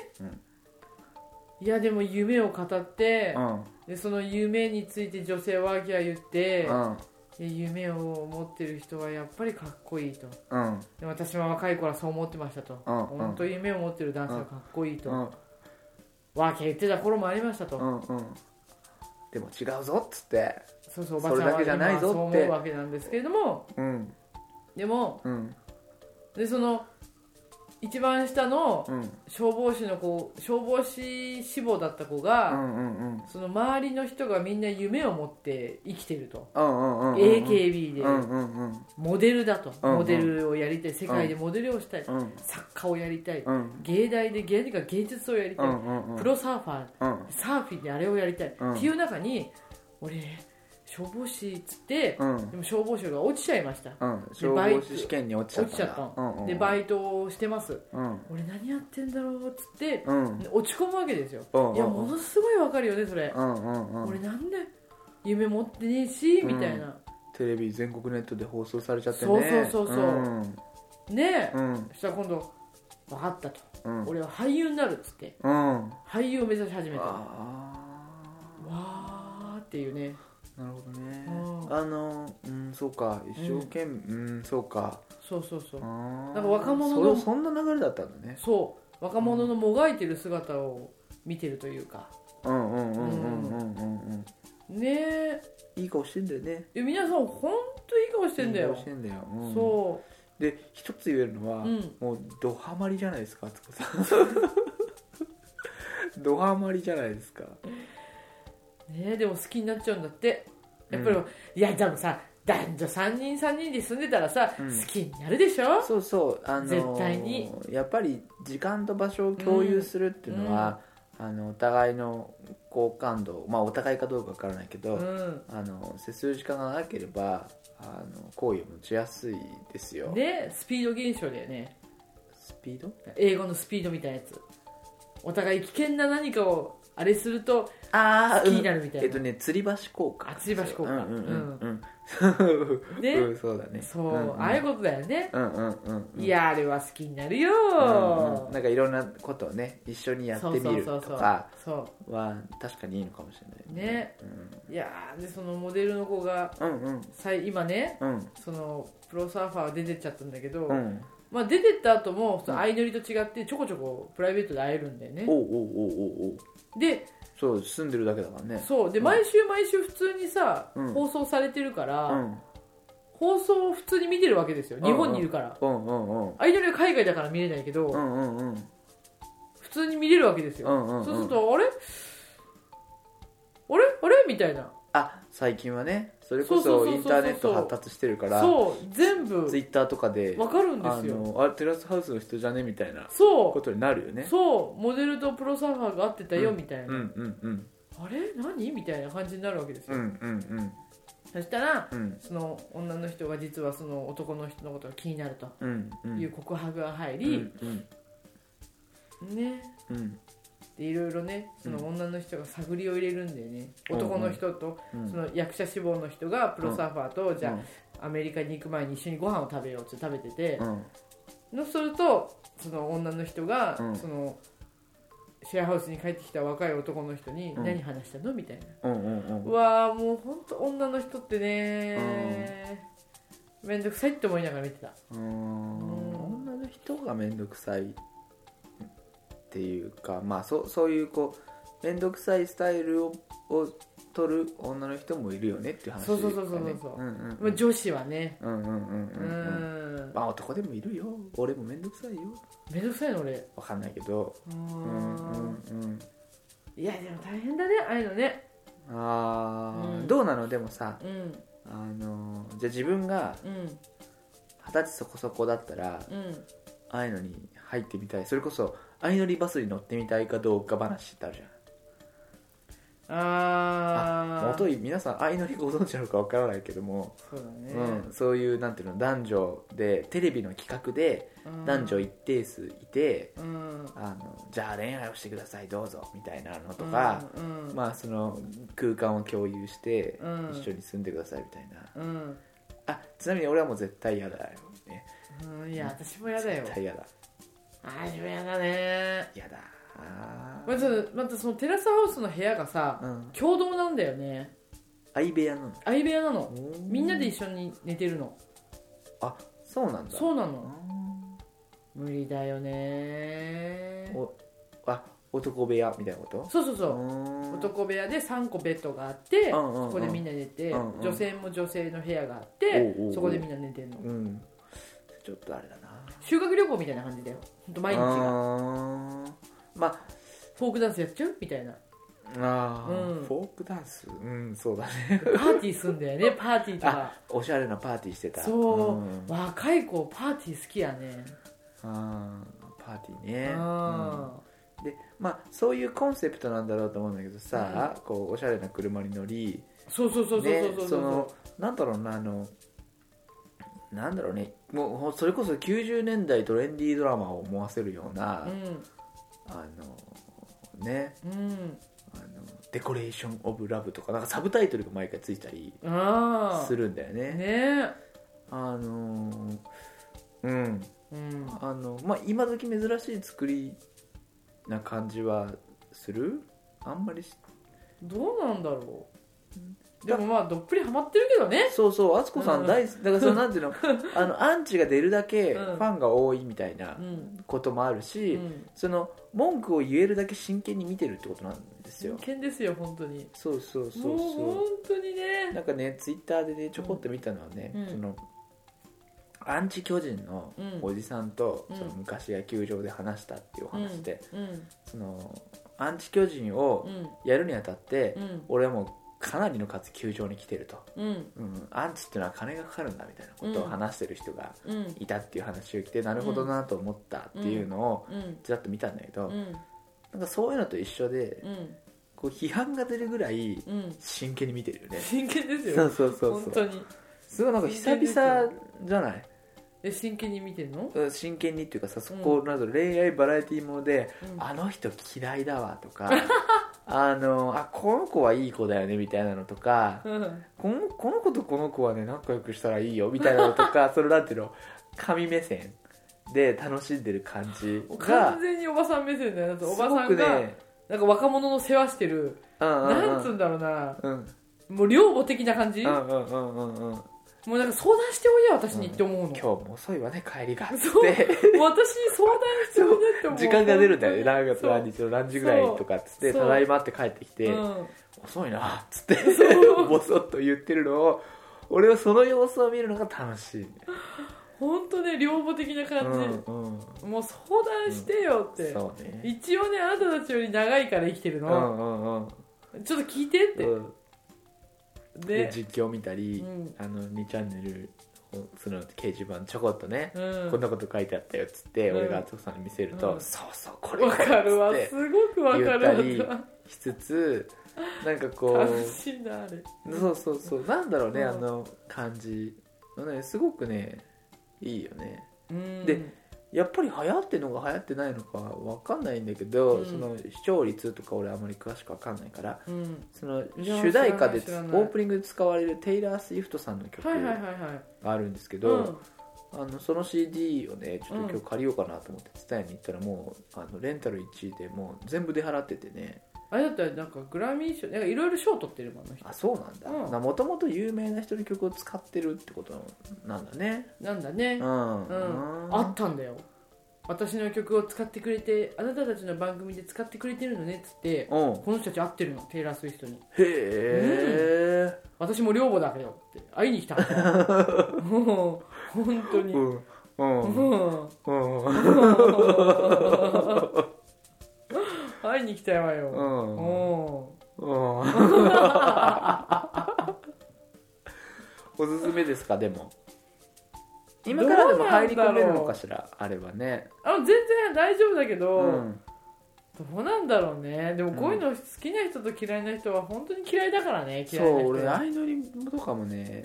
D: いやでも夢を語って
C: う、ん
D: でその夢について女性はギャー言って、
C: うん
D: で夢を持ってる人はやっぱりかっこいいと
C: うん
D: で私は若い頃はそう思ってましたと、
C: うんうん
D: 本当に夢を持ってる男性はかっこいいと、
C: うん
D: わけ言ってた頃もありましたと、
C: うんうんでも違うぞっつって
D: そうそうおばちゃん
C: そ
D: は
C: れだけじゃない
D: 今
C: ぞ
D: そ
C: っ
D: う
C: て
D: 思うわけなんですけれども
C: うん
D: でも
C: うん
D: でその一番下の
C: うん
D: 消防士の子消防士志望だった子
C: う
D: が、
C: んうんうん
D: その周りの人がみんな夢を持って生きてると、
C: うんうんうんうん
D: AKB で
C: うんうんうん
D: モデルだと、
C: うんうん
D: モデルをやりたい世界でモデルをしたい、
C: うん
D: 作家をやりたい、
C: うん
D: 芸大で芸が芸術をやりた
C: う
D: い、
C: んうんうん
D: プロサーファー
C: うん
D: サーフィンであれをやりたい、
C: うん
D: っていう中に俺消防士っつって、
C: うん
D: でも消防士が落ちちゃいました、
C: うん消防士試験に落ちちゃった
D: 落ちちゃったの、
C: うんうんうん
D: でバイトをしてます
C: うん
D: 俺何やってんだろうっつって、
C: うん
D: 落ち込むわけですよ、
C: うんうんうん
D: いやものすごいわかるよねそれ
C: う、んうんう
D: 俺
C: ん
D: なんで夢持ってねえしみたいな、
C: テレビ全国ネットで放送されちゃってね
D: そうそうそうそうんねえ、
C: うん
D: そしたら今度分かったと、
C: うん
D: 俺は俳優になるっつって
C: うん
D: 俳優を目指し始めたわ
C: あ
D: ーっていうね
C: ーなるほどね
D: うん
C: あのうんそうか一生懸命うんそうか
D: そうそうそう、
C: な
D: なんか若者の
C: そそんな流れだったんだね
D: そう若者のもがいてる姿を見てるというか
C: うんうんうんうんうんうんうん
D: ね
C: いい顔してんだよね
D: え皆さんほんといい顔してんだ
C: いい
D: よ
C: 顔してんだよ、うん
D: そ
C: で一つ言えるのは、
D: うん
C: もうドハマりじゃないですか敦子さん ドハマりじゃないですか
D: うねえでも好きになっちゃうんだってやっぱり、
C: う
D: いやでもさ男女3人3人で住んでたらさ、
C: うん
D: 好きになるでしょ
C: そうそうあのー
D: 絶対に
C: やっぱり時間と場所を共有するっていうのは、あのお互いの好感度まあお互いかどうかわからないけど、
D: うん
C: あの接する時間がなければあの好意を持ちやすいですよ
D: ねスピード現象だよね
C: スピード
D: 英語のスピードみたいなやつお互い危険な何かをあれすると
C: あ
D: 好きになるみたいな
C: えっとね吊り橋効果
D: あ吊り橋効果
C: うんうんうん うん
D: ね
C: うんそうだね
D: そう、
C: んん
D: ああいうことだよね、
C: うんうんうんうん
D: いやあれは好きになるよ
C: うんうんなんかいろんなことをね一緒にやってみるとか
D: そうそうそうそう
C: は確かにいいのかもしれない
D: ねいやーでそのモデルの子が
C: うんうん
D: さい今ね
C: うん
D: そのプロサーファーは出てっちゃったんだけど、
C: うん
D: まあ、出てった後もその相乗りと違ってちょこちょこプライベートで会えるんだよね
C: おうおうおうおうおう
D: で
C: そう住んでるだけだからね
D: そうで
C: うん
D: 毎週毎週普通にさ、
C: うん
D: 放送されてるから、
C: うん
D: 放送を普通に見てるわけですよ
C: ん
D: 日本にいるから、
C: うんうんうん
D: アイドルは海外だから見れないけど、
C: うんうんうん
D: 普通に見れるわけです
C: う
D: よ、
C: んうん
D: そうす
C: う
D: る
C: ん
D: とあれあれあれみたいな
C: あ最近はねそれこ
D: そ
C: そ
D: うそう
C: イ
D: そうそうそう
C: ンターネット発達してるから
D: そう全部
C: ツイッターとかで
D: わかるんで
C: あ
D: すよ
C: のあテラスハウスの人じゃねみたいな
D: そ
C: ことになるよね
D: うそうモデルとプロサーファーが合ってたよみたいな、
C: うんうんうん
D: あれ何みたいな感じになるわけです
C: う
D: よ、
C: んうん
D: そしたら
C: うんうん
D: その女の人が実はその男の人のことが気になると
C: うんうん
D: いう告白が入
C: うん
D: り、
C: うん
D: ね
C: うん
D: でいろいろねその女の人が探りを入れるんだよね、
C: うん
D: 男の人と
C: うん
D: その役者志望の人がプロサーファーと、じ
C: う
D: ゃ
C: ん
D: あアメリカに行く前に一緒にご飯を食べようって食べてて
C: う、ん
D: のするとその女の人が、
C: うん
D: そのシェアハウスに帰ってきた若い男の人に「
C: うん
D: 何話したの?」みたいな、
C: うんうん
D: う
C: うん
D: わーもう本当女の人ってねーめんどくさいって思いながら見てた
C: うーん女の人が面倒くさいっていうかまあそうそういうこう面倒くさいスタイルをを取る女の人もいるよねっていう話
D: そうそうそうそうそう
C: だねうんうん
D: まあ、女子はね
C: うんうんうん
D: う
C: うんうん
D: ん
C: まあ男でもいるよ俺もめんどくさいよ
D: めんどくさいの俺
C: わかんないけど
D: う
C: うん
D: ん
C: うん
D: いやでも大変だねああいうのね
C: うんあー、
D: うん
C: どうなのでもさ
D: うん
C: あのーじゃあ自分が
D: うん
C: 二十歳そこそこだったら
D: うん
C: ああいうのに入ってみたいそれこそ相乗りバスに乗ってみたいかどうか話ってあるじゃん
D: ああ
C: 元い皆さん相乗りご存知なのかわからないけども、
D: そうだね、
C: うん、そういうなんていうの男女でテレビの企画で
D: うん
C: 男女一定数いて、
D: うん
C: あのじゃあ恋愛をしてくださいどうぞみたいなのとか、
D: うんうん
C: まあその空間を共有して
D: うん
C: 一緒に住んでくださいみたいな、
D: うん
C: あちなみに俺はもう絶対嫌だよ、ね、
D: うんいや私も嫌だよ
C: 絶対嫌だ
D: 私も嫌だね
C: 嫌だあ
D: まずまたそのテラスハウスの部屋がさ、
C: うん
D: 共同なんだよね
C: 相部屋なの
D: 相部屋なの
C: うん
D: みんなで一緒に寝てるの
C: あそうなんだ
D: そうな
C: あ
D: の無理だよね
C: ーおあ男部屋みたいなこと
D: そうそうそう
C: 男
D: 男部屋で3個ベッドがあって
C: うんうんうん
D: そこでみんな寝て
C: うんうん
D: 女性も女性の部屋があって
C: おうおうおう
D: そこでみんな寝てるの
C: うんちょっとあれだな
D: 修学旅行みたいな感じだよほんと毎日が
C: あーまあ
D: フォークダンスやっちゃうみたいな
C: あー、
D: うん
C: フォークダンスうんそうだね
D: パーティーすんだよねパーティーと
C: あ
D: か
C: おしゃれなパーティーしてた
D: そう、
C: ん
D: 若い子パーティー好きやね
C: あーパーティーね
D: うん
C: うんでまあそういうコンセプトなんだろうと思うんだけどさ、こうおしゃれな車に乗り
D: そうそうそうそう
C: ね
D: そう
C: そ
D: そう
C: のなんだろうなあのなんだろうねもうほそれこそ90年代トレンディードラマを思わせるような、あのね
D: うんうん
C: あのデコレーション・オブ・ラブとかなんかサブタイトルが毎回ついたり
D: ああ
C: するんだよね
D: ね
C: あのーうん
D: うん
C: あのまあ今時珍しい作りな感じはするあんまりし
D: どうなんだろうで
C: だ
D: もまあどっぷりハマってるけどね
C: そうそう敦子さ
D: うん
C: ん大好き、だからそのなんて いうのあのアンチが出るだけ
D: う
C: フ
D: ん
C: ァンが多いみたいな
D: うん
C: こともあるし、
D: うん
C: その文句を言えるだけ真剣に見てるってことなんです
D: 真
C: よ
D: 剣ですよ本当に
C: そうそうそう
D: もう
C: そ
D: 本当 に
C: うな
D: ね
C: んかねツイッターでねちょこっと見たのはね、
D: うん
C: そのアンチ巨人の
D: うん
C: おじさんと、
D: うん
C: その昔野球場で話したっていうお話で、
D: うん
C: そのアンチ巨人を
D: うん
C: やるにあたって、
D: うん
C: 俺はもうかなりの数球場に来てると、
D: うん
C: うん、アンチっていうのは金がかかるんだみたいなことを話してる人が
D: うん
C: いたっていう話を聞いて、なるほどなと思ったっていうのを
D: うん
C: ちらっと見たんだけど、
D: うん
C: なんかそういうのと一緒で、
D: うん
C: こう批判が出るぐらい
D: うん
C: 真剣に見て るよね
D: 真剣です
C: そ
D: よ
C: うそうそう
D: 本
C: そう
D: 当に
C: すごいなんか久々じゃない
D: え真剣に見てるの
C: うん真剣にっていうかさそこなど恋愛バラエティーもので、
D: うん
C: あの人嫌いだわとか あのあこの子はいい子だよねみたいなのとか
D: うん
C: このこの子とこの子はね仲良くしたらいいよみたいなのと かそのなんていうの神目線で楽しんでる感じが
D: 完全におばさん目線だよだっておばさ
C: すご
D: ん
C: く
D: が
C: ね
D: なんか若者の世話してる
C: うんうん
D: なんつうんだろうな
C: うんうん
D: もう寮母的な感じ
C: う
D: も
C: んうんうんうんうん
D: うなんか相談しておいや私にって思うの、
C: 今日も遅いわね帰りがっつっ
D: そう
C: て
D: 私に相談しておいやって思う
C: 時間が出るんだよね何月
D: そう
C: 何日の何時ぐらいとかっつって「
D: そう
C: ただいま」って帰ってきて
D: うん
C: 「遅いな」っつってボソッと言ってるのを俺はその様子を見るのが楽しいね
D: 本当ね寮母的な
C: う
D: 感
C: ん
D: じ、
C: うん
D: もう相談してよって、
C: そうね
D: 一応ねあなたたちより長いから生きてる
C: う
D: の、
C: んうん
D: ちょっと聞いてって、
C: うんで
D: で
C: 実況見たり
D: うん
C: あの2チャンネルをその掲示板ちょこっとね
D: うん
C: こんなこと書いてあったよっつって
D: うん
C: 俺が敦子さんに見せる
D: う
C: と「
D: ん
C: そうそうこれ
D: わ
C: これ」
D: かるわ
C: っ
D: す
C: つ
D: ご
C: っ
D: くわかる
C: 言っ
D: わ
C: てしつつなんかこ
D: 楽
C: う
D: しいなあれ
C: そうそうそうなんだろうね、
D: うん
C: あの感じのねすごくねいいよね
D: うん
C: でやっぱり流行ってるのか流行ってないのかわかんないんだけど、
D: うん
C: その視聴率とか俺あんまり詳しくわかんないから
D: うん
C: その
D: 知らない
C: 主題歌で
D: 知らない
C: オープニングで使われるテイラー・スウィフトさんの曲
D: はいはいはい
C: が
D: はい
C: あるんですけど、
D: うん
C: あのその CD をねちょっ
D: うん
C: と今日借りようかなと思って伝えに行ったらもうあのレンタル1位でもう全部出払っててね
D: あれだったらなんかグラミー賞なんかいろいろ賞取ってるもんあの人
C: あそうなんだ
D: うん
C: もともと有名な人の曲を使ってるってことなんだね
D: なんだね、
C: うん、
D: うんあったんだよ私の曲を使ってくれてあなたたちの番組で使ってくれてるのねっつって
C: うん
D: この人たち合ってるのテイラー・スウィフトに
C: へえ、
D: 私も寮母だけどって会いに来た もう本当に、
C: うんうん
D: うん
C: うん
D: 会いに来たわよ、
C: う
D: う
C: ん
D: ん
C: おすすめですかでも今からでも入り込めるのかしらあればね
D: あ全然大丈夫だけど、
C: うん
D: どうなんだろうねでもこういうの好きな人と嫌いな人は本当に嫌いだからね
C: そ
D: 嫌いな人
C: う俺
D: は
C: 相乗りとかもね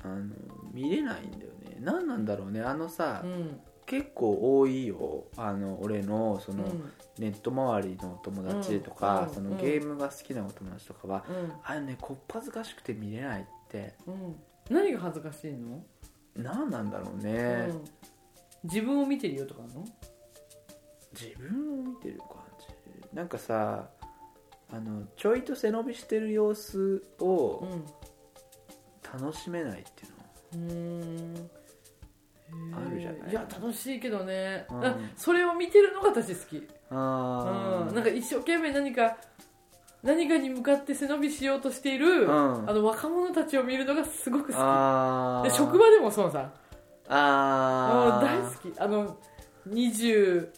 C: あの見れないんだよね何なんだろうねあのさ、
D: うん
C: 結構多いよあの俺のそうの、
D: ん
C: ネット周りの友達とか、
D: うん
C: その
D: うん
C: ゲームが好きなお友達とかは、
D: うん
C: あれねこっぱずかしくて見れないって
D: うん何が恥ずかしいの、
C: 何なんだろうね、
D: うん自分を見てるよとかなの
C: 自分を見てる感じなんかさあのちょいと背伸びしてる様子を
D: うん
C: 楽しめないっていう
D: うーんへー
C: あるじゃない
D: いや楽しいけどね、
C: うん
D: あそれを見てるのが私好き、う
C: のああ、
D: ん、なんか一生懸命何か何かに向かって背伸びしようとしている、
C: うん
D: あの若者たちを見るのがすごく好
C: あ
D: き
C: ー
D: で職場でもそうさも
C: あ
D: う
C: ー
D: 大好きあの2020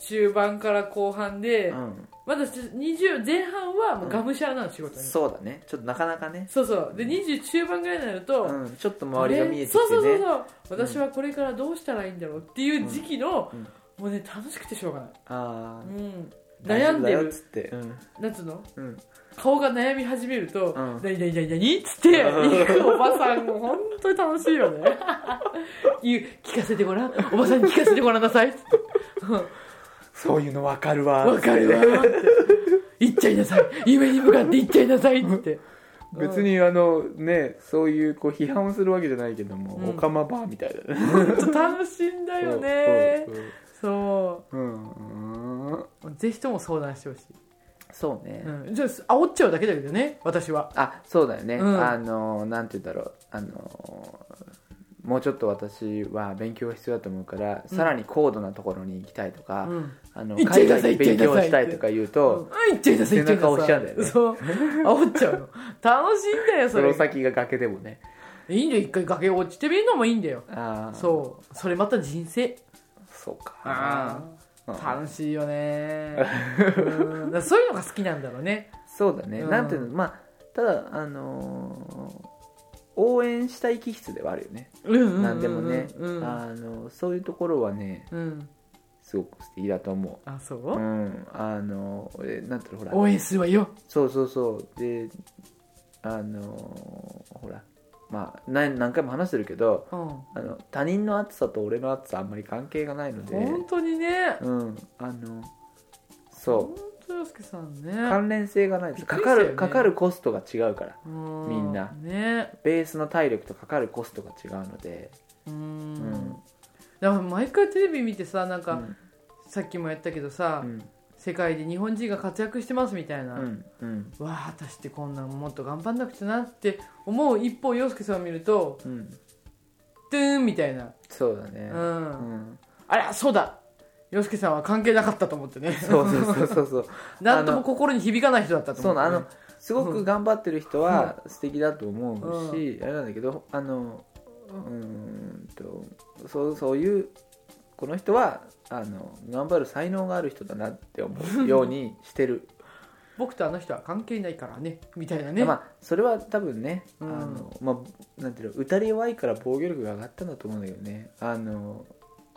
D: 中盤から後半で、
C: うん、
D: まだ20前半はもうがむしゃらなの仕事に、
C: そうだねちょっとなかなかね、
D: そうそうで20中盤ぐらいになると、
C: うん、ちょっと周りが見えてきて
D: そうそうそう
C: ね
D: そう私はこれからどうしたらいいんだろうっていう時期の、
C: うん
D: もうね楽しくてしょうがない、
C: あ
D: うん、
C: ー
D: 悩んでる
C: 大丈夫だよっつってうん
D: なんつうの
C: うん
D: 顔が悩み始める
C: う
D: と「
C: ん
D: 何何何何?」っつって行くおばさんも本当に楽しいよね言う聞かせてごらんおばさんに聞かせてごらんなさいっつって
C: そういうの分かる わ
D: わかるわーって行っちゃいなさい夢に向かって行っちゃいなさいっつって
C: 別にあのねそういうこう批判をするわけじゃないけども、
D: うん
C: オカマバーみたいだね
D: 本当楽しいんだよね
C: そう
D: そ
C: そううんうん
D: うぜひとも相談してほしい
C: そうね、
D: うん、じゃあ煽っちゃうだけだけどね私は
C: あそうだよね、
D: うん
C: あのなんて言うんだろうあのもうちょっと私は勉強が必要だと思うから、
D: うん
C: さらに高度なところに行きたいとか、
D: うん
C: あの
D: 行っち
C: 海
D: ゃいな
C: 外
D: さい
C: で勉強したい
D: 行っちゃいなさい
C: とか言う
D: うん
C: と、
D: 言っちゃいなさい言っちゃ
C: 背
D: い
C: 中
D: な
C: 押し
D: さ
C: ち
D: い
C: ゃうんだよね
D: そう煽っちゃうの楽しいんだよそ
C: そ
D: れ
C: の先が崖でもね
D: いいんだよ一回崖落ちてみるのもいいんだよ
C: ああう
D: そうそれまた人生
C: そうか
D: あ
C: うん
D: 楽しい よねうんだからそういうのが好きなんだろうね
C: そうだね、
D: うん
C: なんていうのまあただあのー応援したい気質ではあるよね、
D: うん
C: なんでもね、
D: うん
C: あのそういうところはね
D: うん
C: すごく素敵だと思、
D: あそう
C: う、
D: うん
C: あの俺なんていうのほら
D: 応援するわよ
C: そうそうそうであのーほらまあ何何回も話してるけど
D: うん
C: あの他人の暑さと俺の暑さあんまり関係がないので、
D: 本当にね
C: うん、あのそ
D: 本当洋介さんね
C: う関連性がないです
D: びっく
C: かか
D: りしたよ
C: る
D: ね
C: かかるコストが違うから
D: う
C: みんな
D: ね
C: ベースの体力とかかるコストが違うので、
D: う
C: うんん
D: だから毎回テレビ見てさなん
C: う
D: か、
C: ん
D: さっきもやったけどさ、
C: うん
D: 世界で日本人が活躍してますみたいな、
C: うんうん
D: わあ私ってこんなんもっと頑張んなくちゃなって思う一方洋介さんを見ると
C: うん
D: トゥーンみたいな、
C: そうだね
D: う
C: うんん
D: あらそうだ洋介さんは関係なかったと思ってね
C: そうそうそうそう そう
D: 何とも心に響かない人だったと
C: そ
D: 思
C: うなあ
D: って、
C: の
D: ね、
C: すごく頑張ってる人は素敵だと思うし、あれなんだけどあのうーんとそうそういうこの人はあの頑張る才能がある人だなって思うようにしてる、
D: 僕とあの人は関係ないからねみたいなね、
C: まあそれは多分ね、
D: うん
C: あのまあなんていうの打たれ弱いから防御力が上がったんだと思うんだけどねあの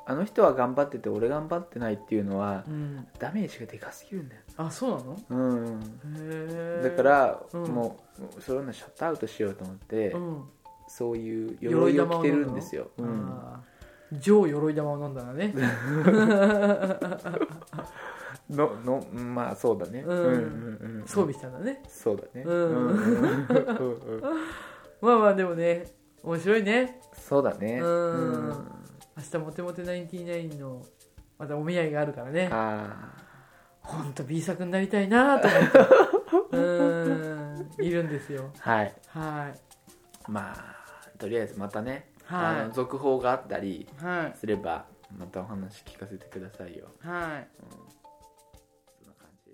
C: あの人は頑張ってて俺頑張ってないっていうのは
D: うん、
C: ダメージがでかすぎるんだよ、
D: あそうなの
C: うん、
D: へえ
C: だから、
D: うん
C: もうそれのシャットアウトしようと思って、
D: うん、
C: そういう
D: 鎧
C: 鎧を
D: 玉
C: 着
D: を
C: て
D: 飲む
C: る
D: の
C: んですよ、う、
D: うんん、上鎧玉を飲んだらね
C: ののまあそうだね、
D: うん
C: うん
D: 装備したんだね
C: そうだね、
D: うん
C: うんうんうん
D: まあまあでもね面白いね
C: そうだね
D: うん明日モテモテ99のまたお見合いがあるからね
C: あ
D: ほんと B 作になりたいなと思ってうーんいるんですよ
C: あはい
D: はい
C: まあとりあえずまたね、
D: はい
C: あの続報があったり
D: はい
C: すれば
E: またお話聞かせてくださいよ、
F: はい
E: うん、そんな感じ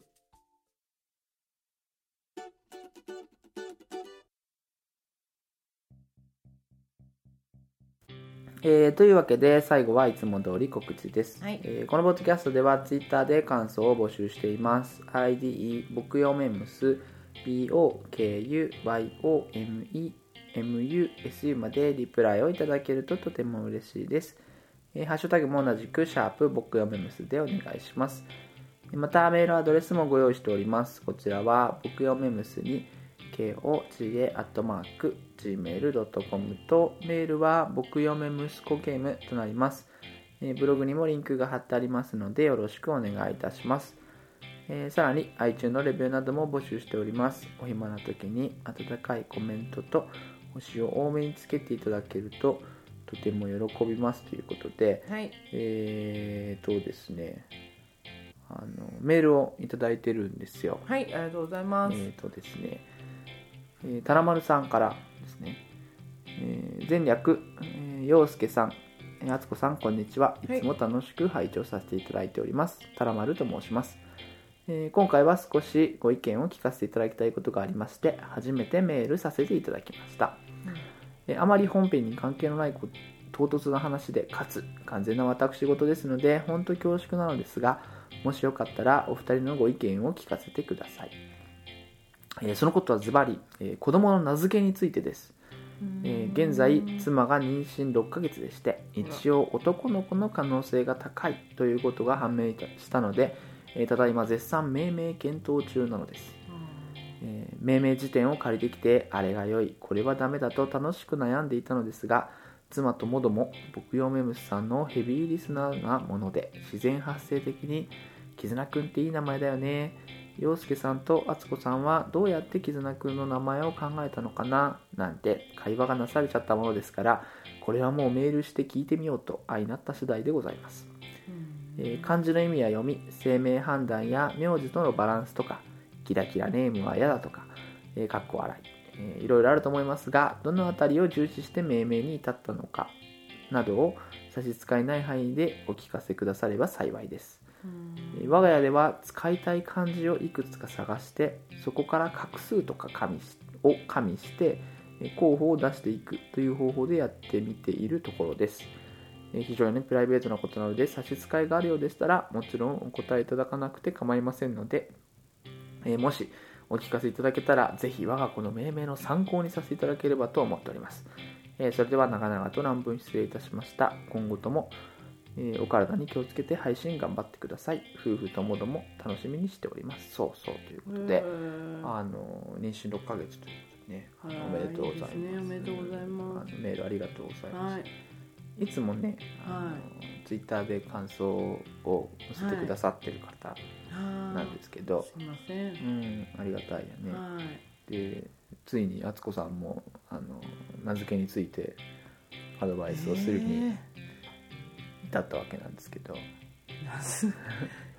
C: えーというわけで最後はいつも通り告知です、
F: はい
C: えーこのポッドキャストではツイッターで感想を募集しています ID 僕よめむす BOKUYOMEMUSU までリプライをいただけるととても嬉しいです、えーハッシュタグも同じくシャープ僕よめむすでお願いしますまたメールアドレスもご用意しておりますこちらは僕よめむすに koga.gmail.com とメールは僕よめ息子ゲームとなりますえーブログにもリンクが貼ってありますのでよろしくお願いいたしますえーさらに iTunes のレビューなども募集しておりますお暇な時に温かいコメントと星を多めにつけていただけるととても喜びますということで、
F: はい
C: えーとですねあのメールをいただいてるんですよ
F: はいありがとうございます、
C: えーとですね、えー、たらまるさんからですね、えー前略、えー、陽介さん、えー、あつこさん、こんにちは。い
F: はい
C: つも楽しく拝聴させていただいております。たらまると申します、えー今回は少しご意見を聞かせていただきたいことがありまして、初めてメールさせていただきました。えーあまり本編に関係のないこ唐突な話で、かつ完全な私事ですので、本当恐縮なのですが、もしよかったらお二人のご意見を聞かせてください。えーそのことはズバリ、えー子供の名付けについてです、えー現在妻が妊娠6ヶ月でして一応男の子の可能性が高いということが判明いたしたので、えーただいま絶賛命名検討中なのです、えー命名辞典を借りてきてあれが良いこれはダメだと楽しく悩んでいたのですが妻ともども僕用メムスさんのヘビーリスナーなもので自然発生的に「絆くんっていい名前だよね」陽介さんと敦子さんはどうやって絆くんの名前を考えたのかななんて会話がなされちゃったものですからこれはもうメールして聞いてみようと相なった次第でございます、えー漢字の意味や読み姓名判断や名字とのバランスとかキラキラネームは嫌だとか、えーかっこ笑い、えーいろいろあると思いますがどの辺りを重視して命名に至ったのかなどを差し支えない範囲でお聞かせくだされば幸いですえー我が家では使いたい漢字をいくつか探してそこから画数とか加味しを加味してえー候補を出していくという方法でやってみているところですえー非常にプライベートなことなので差し支えがあるようでしたらもちろんお答えいただかなくて構いませんので、えーもしお聞かせいただけたらぜひ我が子の命名の参考にさせていただければと思っております、えーそれでは長々と乱文失礼いたしました今後ともえーお体に気をつけて配信頑張ってください夫婦ともども楽しみにしておりますそうそうということで、あの妊娠6ヶ月ということでねお
D: はい
C: めでとうございます
D: いいですねおめでとうございます
C: あのメールありがとうございます、
D: はい
C: い、つもね
D: は
C: あのツイッターで感想を載せてくださってる方
D: な
C: なんですけど、
D: すいません、
C: うんありがたいよね、
D: はい
C: でついに敦子さんもあの名付けについてアドバイスをするに至ったわけなんですけど、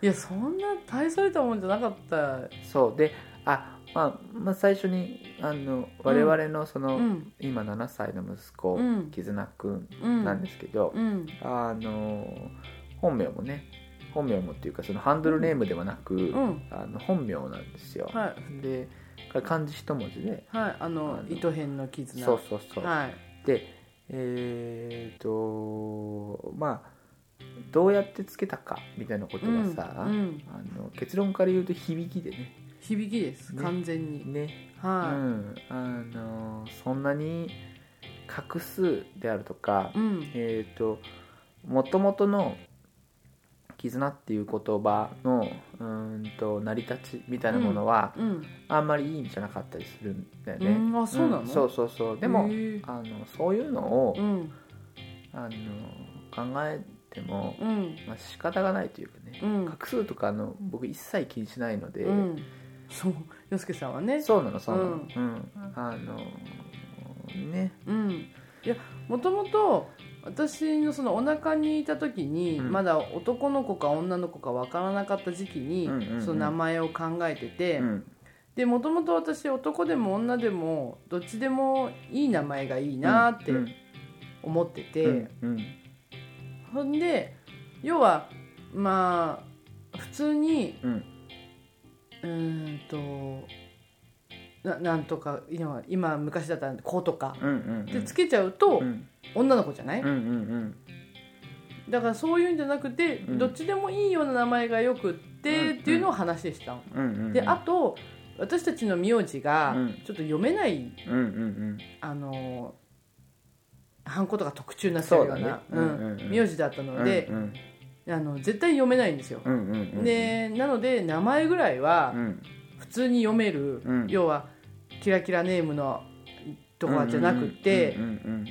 D: いやそんな大それたもんじゃなかった
C: そうであ、まあ、まあ最初にあの我々のその、
D: うん
C: 今7歳の息子、
D: うん
C: 絆くん
D: うん
C: なんですけど、
D: うん
C: あの本名もね本名もっていうかそのハンドルネームではなく、
D: うん
C: あの本名なんですよ、
D: はい
C: で漢字一文字で
D: はいあの
C: あの
D: 糸編の絆
C: そうそうそう、
D: はい
C: でえー、とまあどうやってつけたかみたいなことがさ、
D: うんうん
C: あの結論から言うと響きでね
D: 響きです、
C: ね
D: 完全に
C: ねう
D: は
C: ん、あのそんなに画数であるとか、
D: いうん
C: えっ、ともともとの「絆」っていう言葉のうーんと成り立ちみたいなものは、
D: うん
C: あんまりいい意味じゃなかったりするんだよね、
D: うんあそうなの
C: そうそうそうでも
D: へー
C: あのそういうのを、
D: うん
C: あの考えても、
D: うん
C: まあ仕方がないというかね、
D: うん
C: 画数とかあの僕一切気にしないので、
D: うんそう洋介さんはね
C: そうなのそうなの、
D: うん
C: うんあのね
D: うん、いやもともと私のそのお腹にいた時に、
C: うん
D: まだ男の子か女の子か分からなかった時期に、
C: うんうんうん
D: その名前を考えてて、
C: うん
D: でもともと私男でも女でもどっちでもいい名前がいいなって
C: うん
D: 思ってて、
C: うんうん
D: ほんで要はまあ普通に
C: うん
D: うーんとななんとか今今昔だったら「子」とか
C: うんうん
D: でつけちゃうと
C: うん
D: 女の子じゃない
C: うんうん
D: だからそういうんじゃなくて
C: ん
D: どっちでもいいような名前がよくってっていうのを話でしたの
C: うんうんうん
D: であと私たちの名字が
C: うん
D: ちょっと読めない
C: うんうんうん
D: あのハンコとか特注になってるよう
C: そうだ
D: な
C: ねうんうんうん
D: うん名字だったので
C: う、ん
D: あの絶対読めないんですよ、
C: うんうんうんうん
D: でなので名前ぐらいは
C: うん
D: 普通に読める、
C: うん
D: 要はキラキラネームのとかじゃなくて、
C: うんうん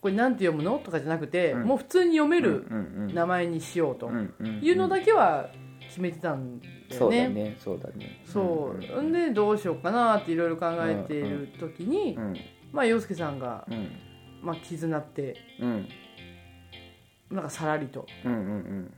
D: これなんて読むのとかじゃなくて、
C: うん
D: もう普通に読め
C: うん
D: る
C: うんうん
D: 名前にしようと
C: うんうんうん
D: いうのだけは決めてたんだ
C: そう
D: よ
C: だ
D: ね。
C: ねそうだね
D: そ
C: ん
D: うでどうしようかなっていろいろ考えている時に、
C: うん
D: まあ洋介さんが、
C: うん
D: まあ、絆って
C: うん
D: なんかさらりと
C: うんうんうん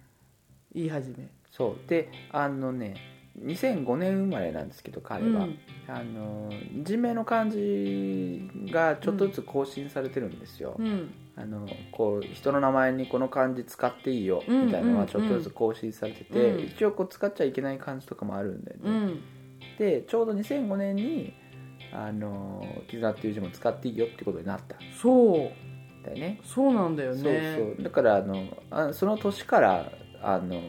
D: 言い始め
C: そうであのね2005年生まれなんですけど彼は、
D: うん
C: あの人名の漢字がちょっとずつ更新されてるんですよ、
D: うん
C: あのこう人の名前にこの漢字使っていいよみたいなの
D: うんうん
C: がちょっとずつ更新されてて、
D: うん
C: 一応こう使っちゃいけない漢字とかもあるんだよね、
D: うん
C: でちょうど2005年にあの絆っていう字も使っていいよってことになったん
D: そう
C: だよね
D: そうなんだよね
C: そうそうだからあのあその年からあの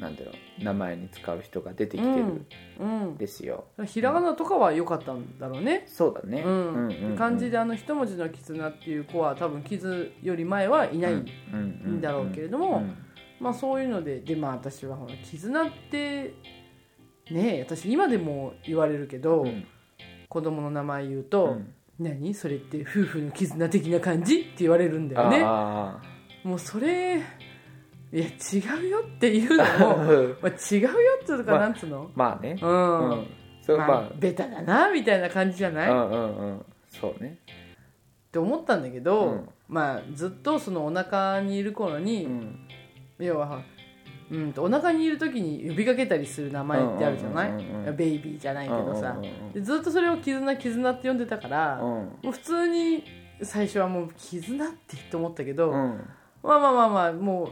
C: なんだろう名前に使う人が出てきてるん
D: うん
C: ですよ、
D: ひらがなとかは良かったんだろうね、
C: そうだね、
D: うん
C: うんうんうん
D: 漢字であの一文字の絆っていう子は多分傷より前はいない、
C: い
D: んだろうけれどもまあそういうのででまあ私はほら絆ってねえ私今でも言われるけど、
C: うん
D: 子供の名前言うと「何それって夫婦の絆的な感じ?」って言われるんだよね
C: あ
D: もうそれいや違うよっていう の
C: あ
D: もまあ違うよっていうか
C: まあ
D: なんつうの、
C: まあね
D: うん、
C: うんそう
D: まあ、
C: ま
D: ベタだなみたいな感じじゃない、
C: あうん
D: っ
C: うんうんそうね
D: て思ったんだけど、
C: うん
D: まあずっとそのお腹にいる頃に、
C: うん
D: 要は、うん、お腹にいる時に呼びかけたりする名前ってあるじゃない,、
C: うんうんうんうん
D: ベイビーじゃないけどさ、
C: うんうん
D: でずっとそれを「絆絆」って呼んでたから、も
C: うん
D: う普通に最初はもう「絆」ってと思ったけど、
C: う
D: ま
C: ん
D: あ
C: うん
D: まあまあまあも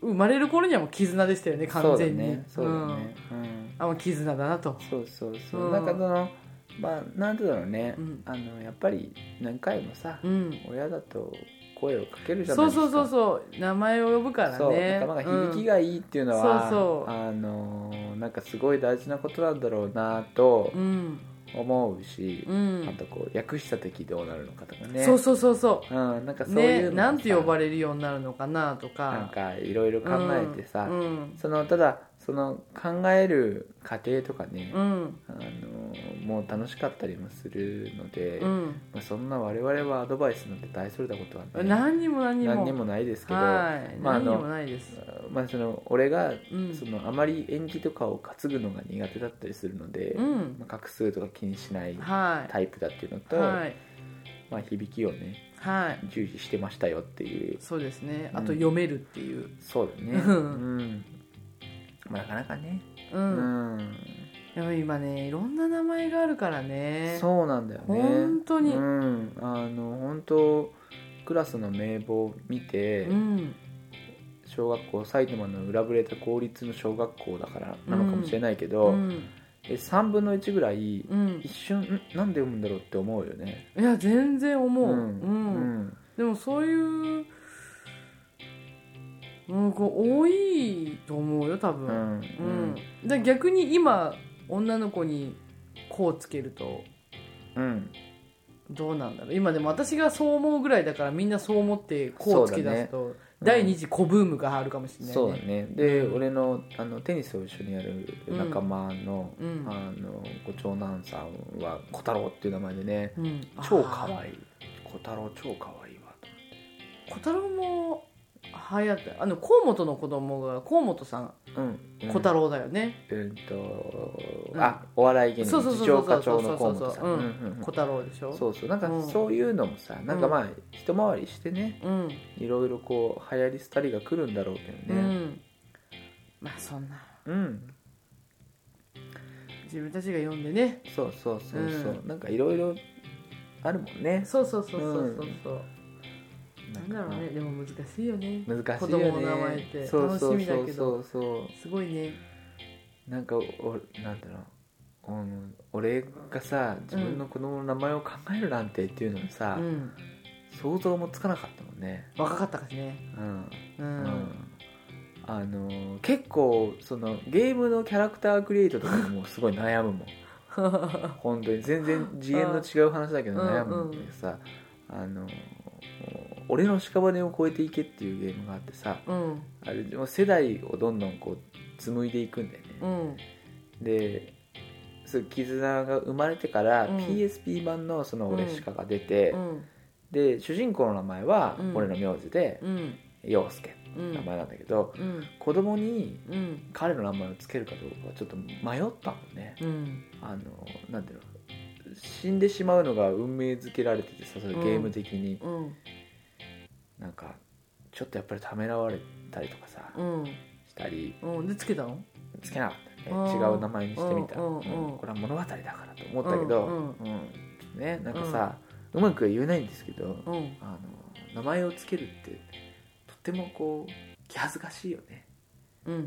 D: う生まれる頃にはもう絆でしたよね完全に
C: そうだねそうだ
D: ん
C: ねうん
D: あもう絆だなと
C: そうそうそう、
D: うん
C: なんかそのまあなんて言うんだろうね、
D: うん
C: あのやっぱり何回もさ、
D: うん
C: 親だと声をかけるじゃないで
D: そう
C: すか
D: そうそうそう名前を呼ぶからね
C: そうなんかまだ響き
D: が、
C: がいいっていうのは、
D: うんそうそう
C: あのーなんかすごい大事なことなんだろうなと
D: うん
C: 思うし
D: う、
C: あ
D: ん
C: とこう訳した時どうなるのかとかね
D: そうそうそうそ
C: うん、なんか
D: う
C: そういう
D: ね
C: の
D: なんて呼ば
C: れ
D: れるようになるのかなとか
C: なんかいろいろ考えてさ、
D: うん
C: そのただその考える過程とかね、
D: うん
C: あのーもう楽しかったりもするので、
D: うん、
C: まあ、そんな我々はアドバイスなんて大それたことはね
D: 何にも何にも
C: 何にもないですけど、
D: はい、
C: まああ
D: 何に
C: の
D: もないです、
C: まあ、その俺が
D: うん
C: そのあまり演技とかを担ぐのが苦手だったりするので、
D: うん
C: まあ、画数とか気にしない
D: はい
C: タイプだっていうのと、
D: はい
C: まあ、響きをね
D: はい
C: 重視してましたよっていう
D: そうですね
C: うん
D: あと読めるっていう
C: そうだね
D: う
C: うんん、まあ、なかなかね
D: う、
C: うんん、
D: でも今ねいろんな名前があるからね
C: そうなんだよね
D: 本当に
C: うん、あの本当クラスの名簿を見て、
D: うん
C: 小学校埼玉の裏ぶれた公立の小学校だからなのかもしれないけど、
D: うん
C: え3分の1ぐらい、
D: うん
C: 一瞬んなんで読むんだろうって思うよね
D: いや全然思う、うん
C: うん
D: でもそういううんこう多いと思うよ多
C: うんう
D: 分
C: ん
D: うん、で逆に今女の子に「こう」つけると
C: うん
D: どうなんだろう今でも私がそう思うぐらいだからみんなそう思ってこうつけ出すと、第二次子ブームがあるかもしれないね
C: そうだねで、
D: うん
C: 俺のあのテニスを一緒にやる仲間の,、
D: うん
C: あのご長男さんは小太郎っていう名前でね
D: うん、
C: 超可
D: い
C: 愛い小太郎超可愛いわと
D: 小太郎も流行ったあの河本の子供が河本さん
C: 思って、うん、
D: 小太郎だよね、
C: えーっと、
D: うん
C: あお笑い芸
D: そ
C: 人
D: うそうそ
C: 自
D: うそ
C: 称
D: う
C: 課長の河本さん
D: うん
C: うんうんうん
D: 小太郎でしょ
C: そうそうなんか
D: うん
C: そういうのもさ、なんかまあ一回りしてね、
D: うん、
C: いろいろこう流行り廃りが来るんだろうけ
D: う
C: どね
D: んまあそんな
C: うん、
D: 自分たちが読んでね
C: そうそうそうそう、
D: う
C: なんかいろいろあるもんね
D: そうそうそうそうそうそ
C: な
D: う、
C: か
D: なんだろうねでも難しいよね
C: 難しい
D: 子
C: よ
D: 供の名前っ
C: ね
D: て
C: そうそう
D: 楽しみだ
C: そう
D: け
C: そ
D: ど
C: うそ
D: すごいね
C: うなんかおなんだろうあの俺がさ自分の子供の名前を考えるなんてっていうのに
D: う
C: さ、
D: ん
C: 想像もつかなかったもんね
D: 若かったからね
C: うん
D: う、
C: うんんあのー結構そのゲームのキャラクタークリエイトとかにもすごい悩 むもん本当に全然次元の違う話だけど悩むんだけどさ、あのー俺の屍を越えていけ」っていうゲームがあってさ
D: うん
C: あれもう世代をどんどんこう紡いでいくんだよね、
D: うん
C: でそう絆が生まれてから
D: うん
C: PSP 版の「その俺しか」が出て、
D: うん
C: で主人公の名前は
D: うん
C: 俺の名字で
D: うん
C: 陽介って
D: うん
C: 名前なんだけど、
D: うん
C: 子供に
D: うん
C: 彼の名前をつけるかどうかちょっと迷ったもんね
D: うん
C: あのなんていうの死んでしまうのが運命づけられててさそれゲーム的に、
D: うん
C: なんかちょっとやっぱりためらわれたりとかさ、
D: うん
C: したり
D: うんでつけたの
C: つけなかった
D: うん
C: ね違う名前にしてみた、
D: うんうんうん
C: うんこれは物語だからと思ったけど、
D: う
C: うんんねなんかさ、うまくは言えないんですけど、
D: うん
C: あの名前をつけるってとってもこう気恥ずかしいよね、
D: うん
C: うん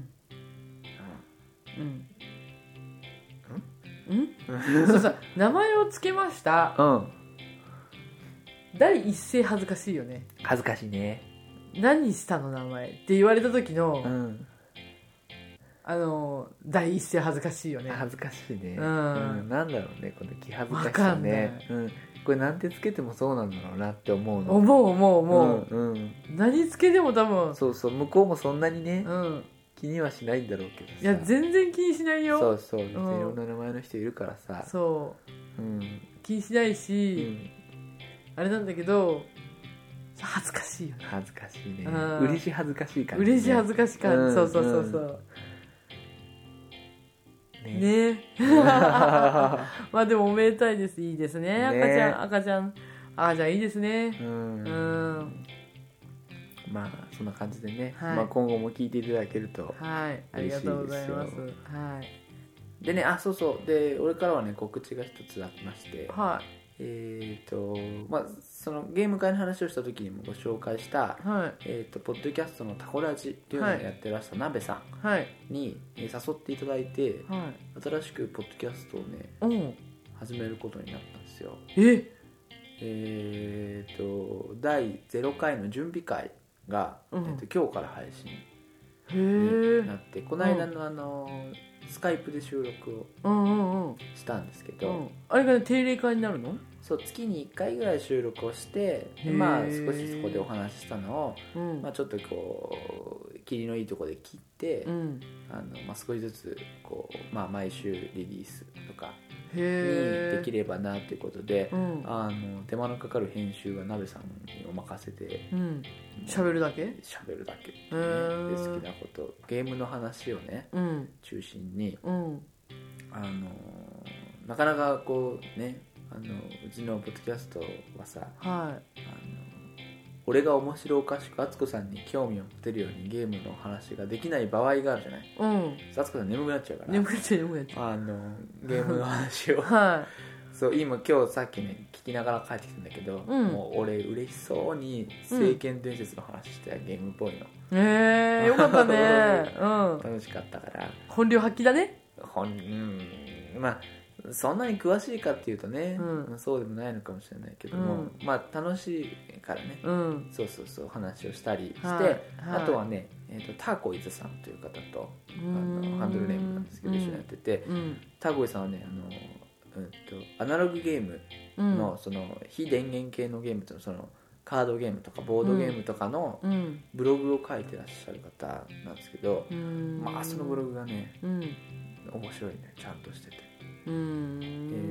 D: うんうんそうさ名前をつけました
C: うん、
D: 第一声恥ずかしいよね
C: 恥ずかしいね
D: 何したの名前って言われた時の、
C: うん
D: あの第一声恥ずかしいよね
C: 恥ずかしいね、
D: うん
C: うんなんだろうねこの気恥ず
D: わ
C: かし
D: か
C: さ
D: んない
C: ねうん、これなんてつけてもそうなんだろうなって思うの
D: 思う思う思う、
C: うんうん
D: 何つけても多分
C: そうそう向こうもそんなにね、
D: うん
C: 気にはしないんだろうけどさ
D: いや全然気にしないよ
C: そうそう別にい
D: う
C: ろん
D: ん
C: な名前の人いるからさ
D: そ
C: うん、
D: う気にしないうし、
C: ん、
D: あれなんだけど恥ずかしいよね
C: 恥ずかしいね
D: うん
C: 嬉し恥ずかしい感じ、ね、
D: 嬉しい恥ずかしか、
C: うん
D: そうそうそうそう、
C: ね
D: ねまあでもおめでたいですいいですね
C: ね
D: 赤ちゃん赤ちゃん赤ちゃんいいですね
C: う、
D: うんん、
C: まあそんな感じでね、
D: はい
C: まあ、今後も聞いていただけると
D: はいありがとうございます
C: 嬉
D: はい
C: でねあそうそうで俺からはね告知が一つありまして
D: は
C: えーとまあ、そのゲーム会の話をした時にもご紹介した
D: い、はい
C: えー、とポッドキャストの「タコラジ」というのを
D: はい
C: やってらしたなべさ
D: はい
C: んにえー誘っていただいて
D: はい
C: 新しくポッドキャストをね
D: うん
C: 始めることになったんですよ
D: え
C: えー、と第0回の準備会が、
D: うん
C: えー、と今日から配信
D: へえ
C: になってこの間のあのスカイプで収録を
D: うんうんうん
C: したんですけ
D: う
C: ど、
D: んあれがね定例会になるの
C: そう月に1回ぐらい収録をしてで
D: へー
C: まあ、少しそこでお話ししたのを
D: うん
C: まあ、ちょっとこう霧のいいとこで切って、
D: うん
C: あのまあ、少しずつこう、まあ、毎週リリースとか
D: へ
C: に
D: え
C: できればなということで、
D: うん
C: あの手間のかかる編集はなべさんにお任せで
D: うん喋るだけ
C: 喋るだけ、ね
D: ー
C: で好きなことゲームの話をね
D: うん
C: 中心に
D: うん
C: あのなかなかこうねあのうちのポッドキャストはさ
D: は
C: あの俺が面白おかしく敦子さんに興味を持てるようにゲームの話ができない場合があるじゃない
D: いうん
C: 敦子さん眠くなっちゃうから
D: 眠くなっちゃう眠くなっちゃ
C: あのゲームの話 を
D: うは
C: そう今今日さっきね聞きながら帰ってきたんだけど、
D: うん
C: もう俺嬉しそうに「聖剣伝説」の話してたよゲームっぽいの
D: いええよかっ たねうん
C: 楽しかったから
D: 本領発揮だね
C: 本うんまあそんなに詳しいかっていうとね、
D: う
C: そうでもないのかもしれないけども、
D: うん
C: まあ楽しいからね
D: うん
C: そうそうそう話をしたりして、
D: はいはい
C: あとはね、えー、とターコイズさんという方と
D: あ
C: あのハンドルネームなんですけど一緒にやってて、
D: うん
C: ターコイズさんはねあの、うん、とアナログゲーム
D: うん
C: の,、その非電源系のゲームとそのカードゲームとかボードゲームとかの
D: うん
C: ブログを書いてらっしゃる方なんですけど、
D: うん
C: まあそのブログがね
D: うん
C: 面白いねちゃんとしてて、
D: うん
C: え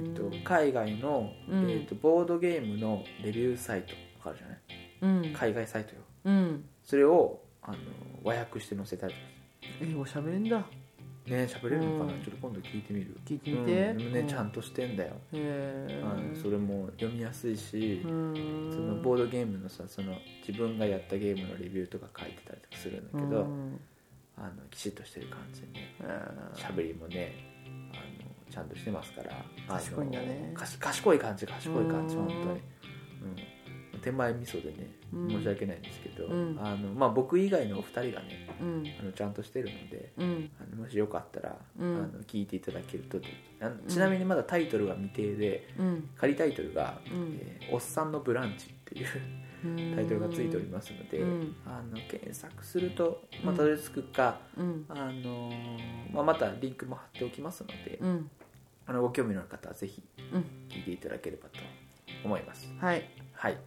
C: ー、と海外の、
D: うん
C: えー、とボードゲームのレビューサイトわかるじゃない
D: うん
C: 海外サイトよ
D: うん
C: それをあの和訳して載せたりとか
D: 英語喋れんだ
C: ね喋れるのかな、
D: うん
C: ちょっと今度聞いてみる
D: 聞いてみて
C: うんねちゃんとしてんだよ、
D: へえ
C: うんそれも読みやすいし、
D: うん
C: そのボードゲームのさその自分がやったゲームのレビューとか書いてたりとかするんだけど、
D: うん
C: あのきちっとしてる感じでね
D: えー
C: 喋りもねあのちゃんとしてますからあの
D: 賢いんだね
C: かし賢い感じ賢い感じ
D: うん
C: 本当に、うん、手前味噌でね
D: うん
C: 申し訳ないんですけど、
D: うん
C: あのまあ、僕以外のお二人がね
D: うん
C: あのちゃんとしてるので
D: うん
C: あのもしよかったら、
D: うん
C: あの聞いていただけるとあのちなみにまだタイトルが未定で
D: うん
C: 仮タイトルが、
D: うん
C: えーおっさんのブランチ」っていう
D: うん
C: タイトルがついておりますので、
D: うん
C: あの検索すると、まあ、
D: うん
C: たどり着くか、
D: うん
C: あのーまあ、またリンクも貼っておきますので、
D: うん
C: あのご興味のある方はぜひ
D: うん
C: 聞いていただければと思います。
D: はい
C: はい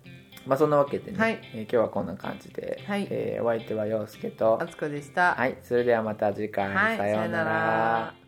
C: まあ、そんなわけでね、
D: はい
C: えー今日はこんな感じで、
D: はい
C: えーお相手は陽介と
D: あ、つこでした
C: はい、それではまた次回、
D: はい
C: さよう
D: さよう
C: な
D: な
C: ら
D: ら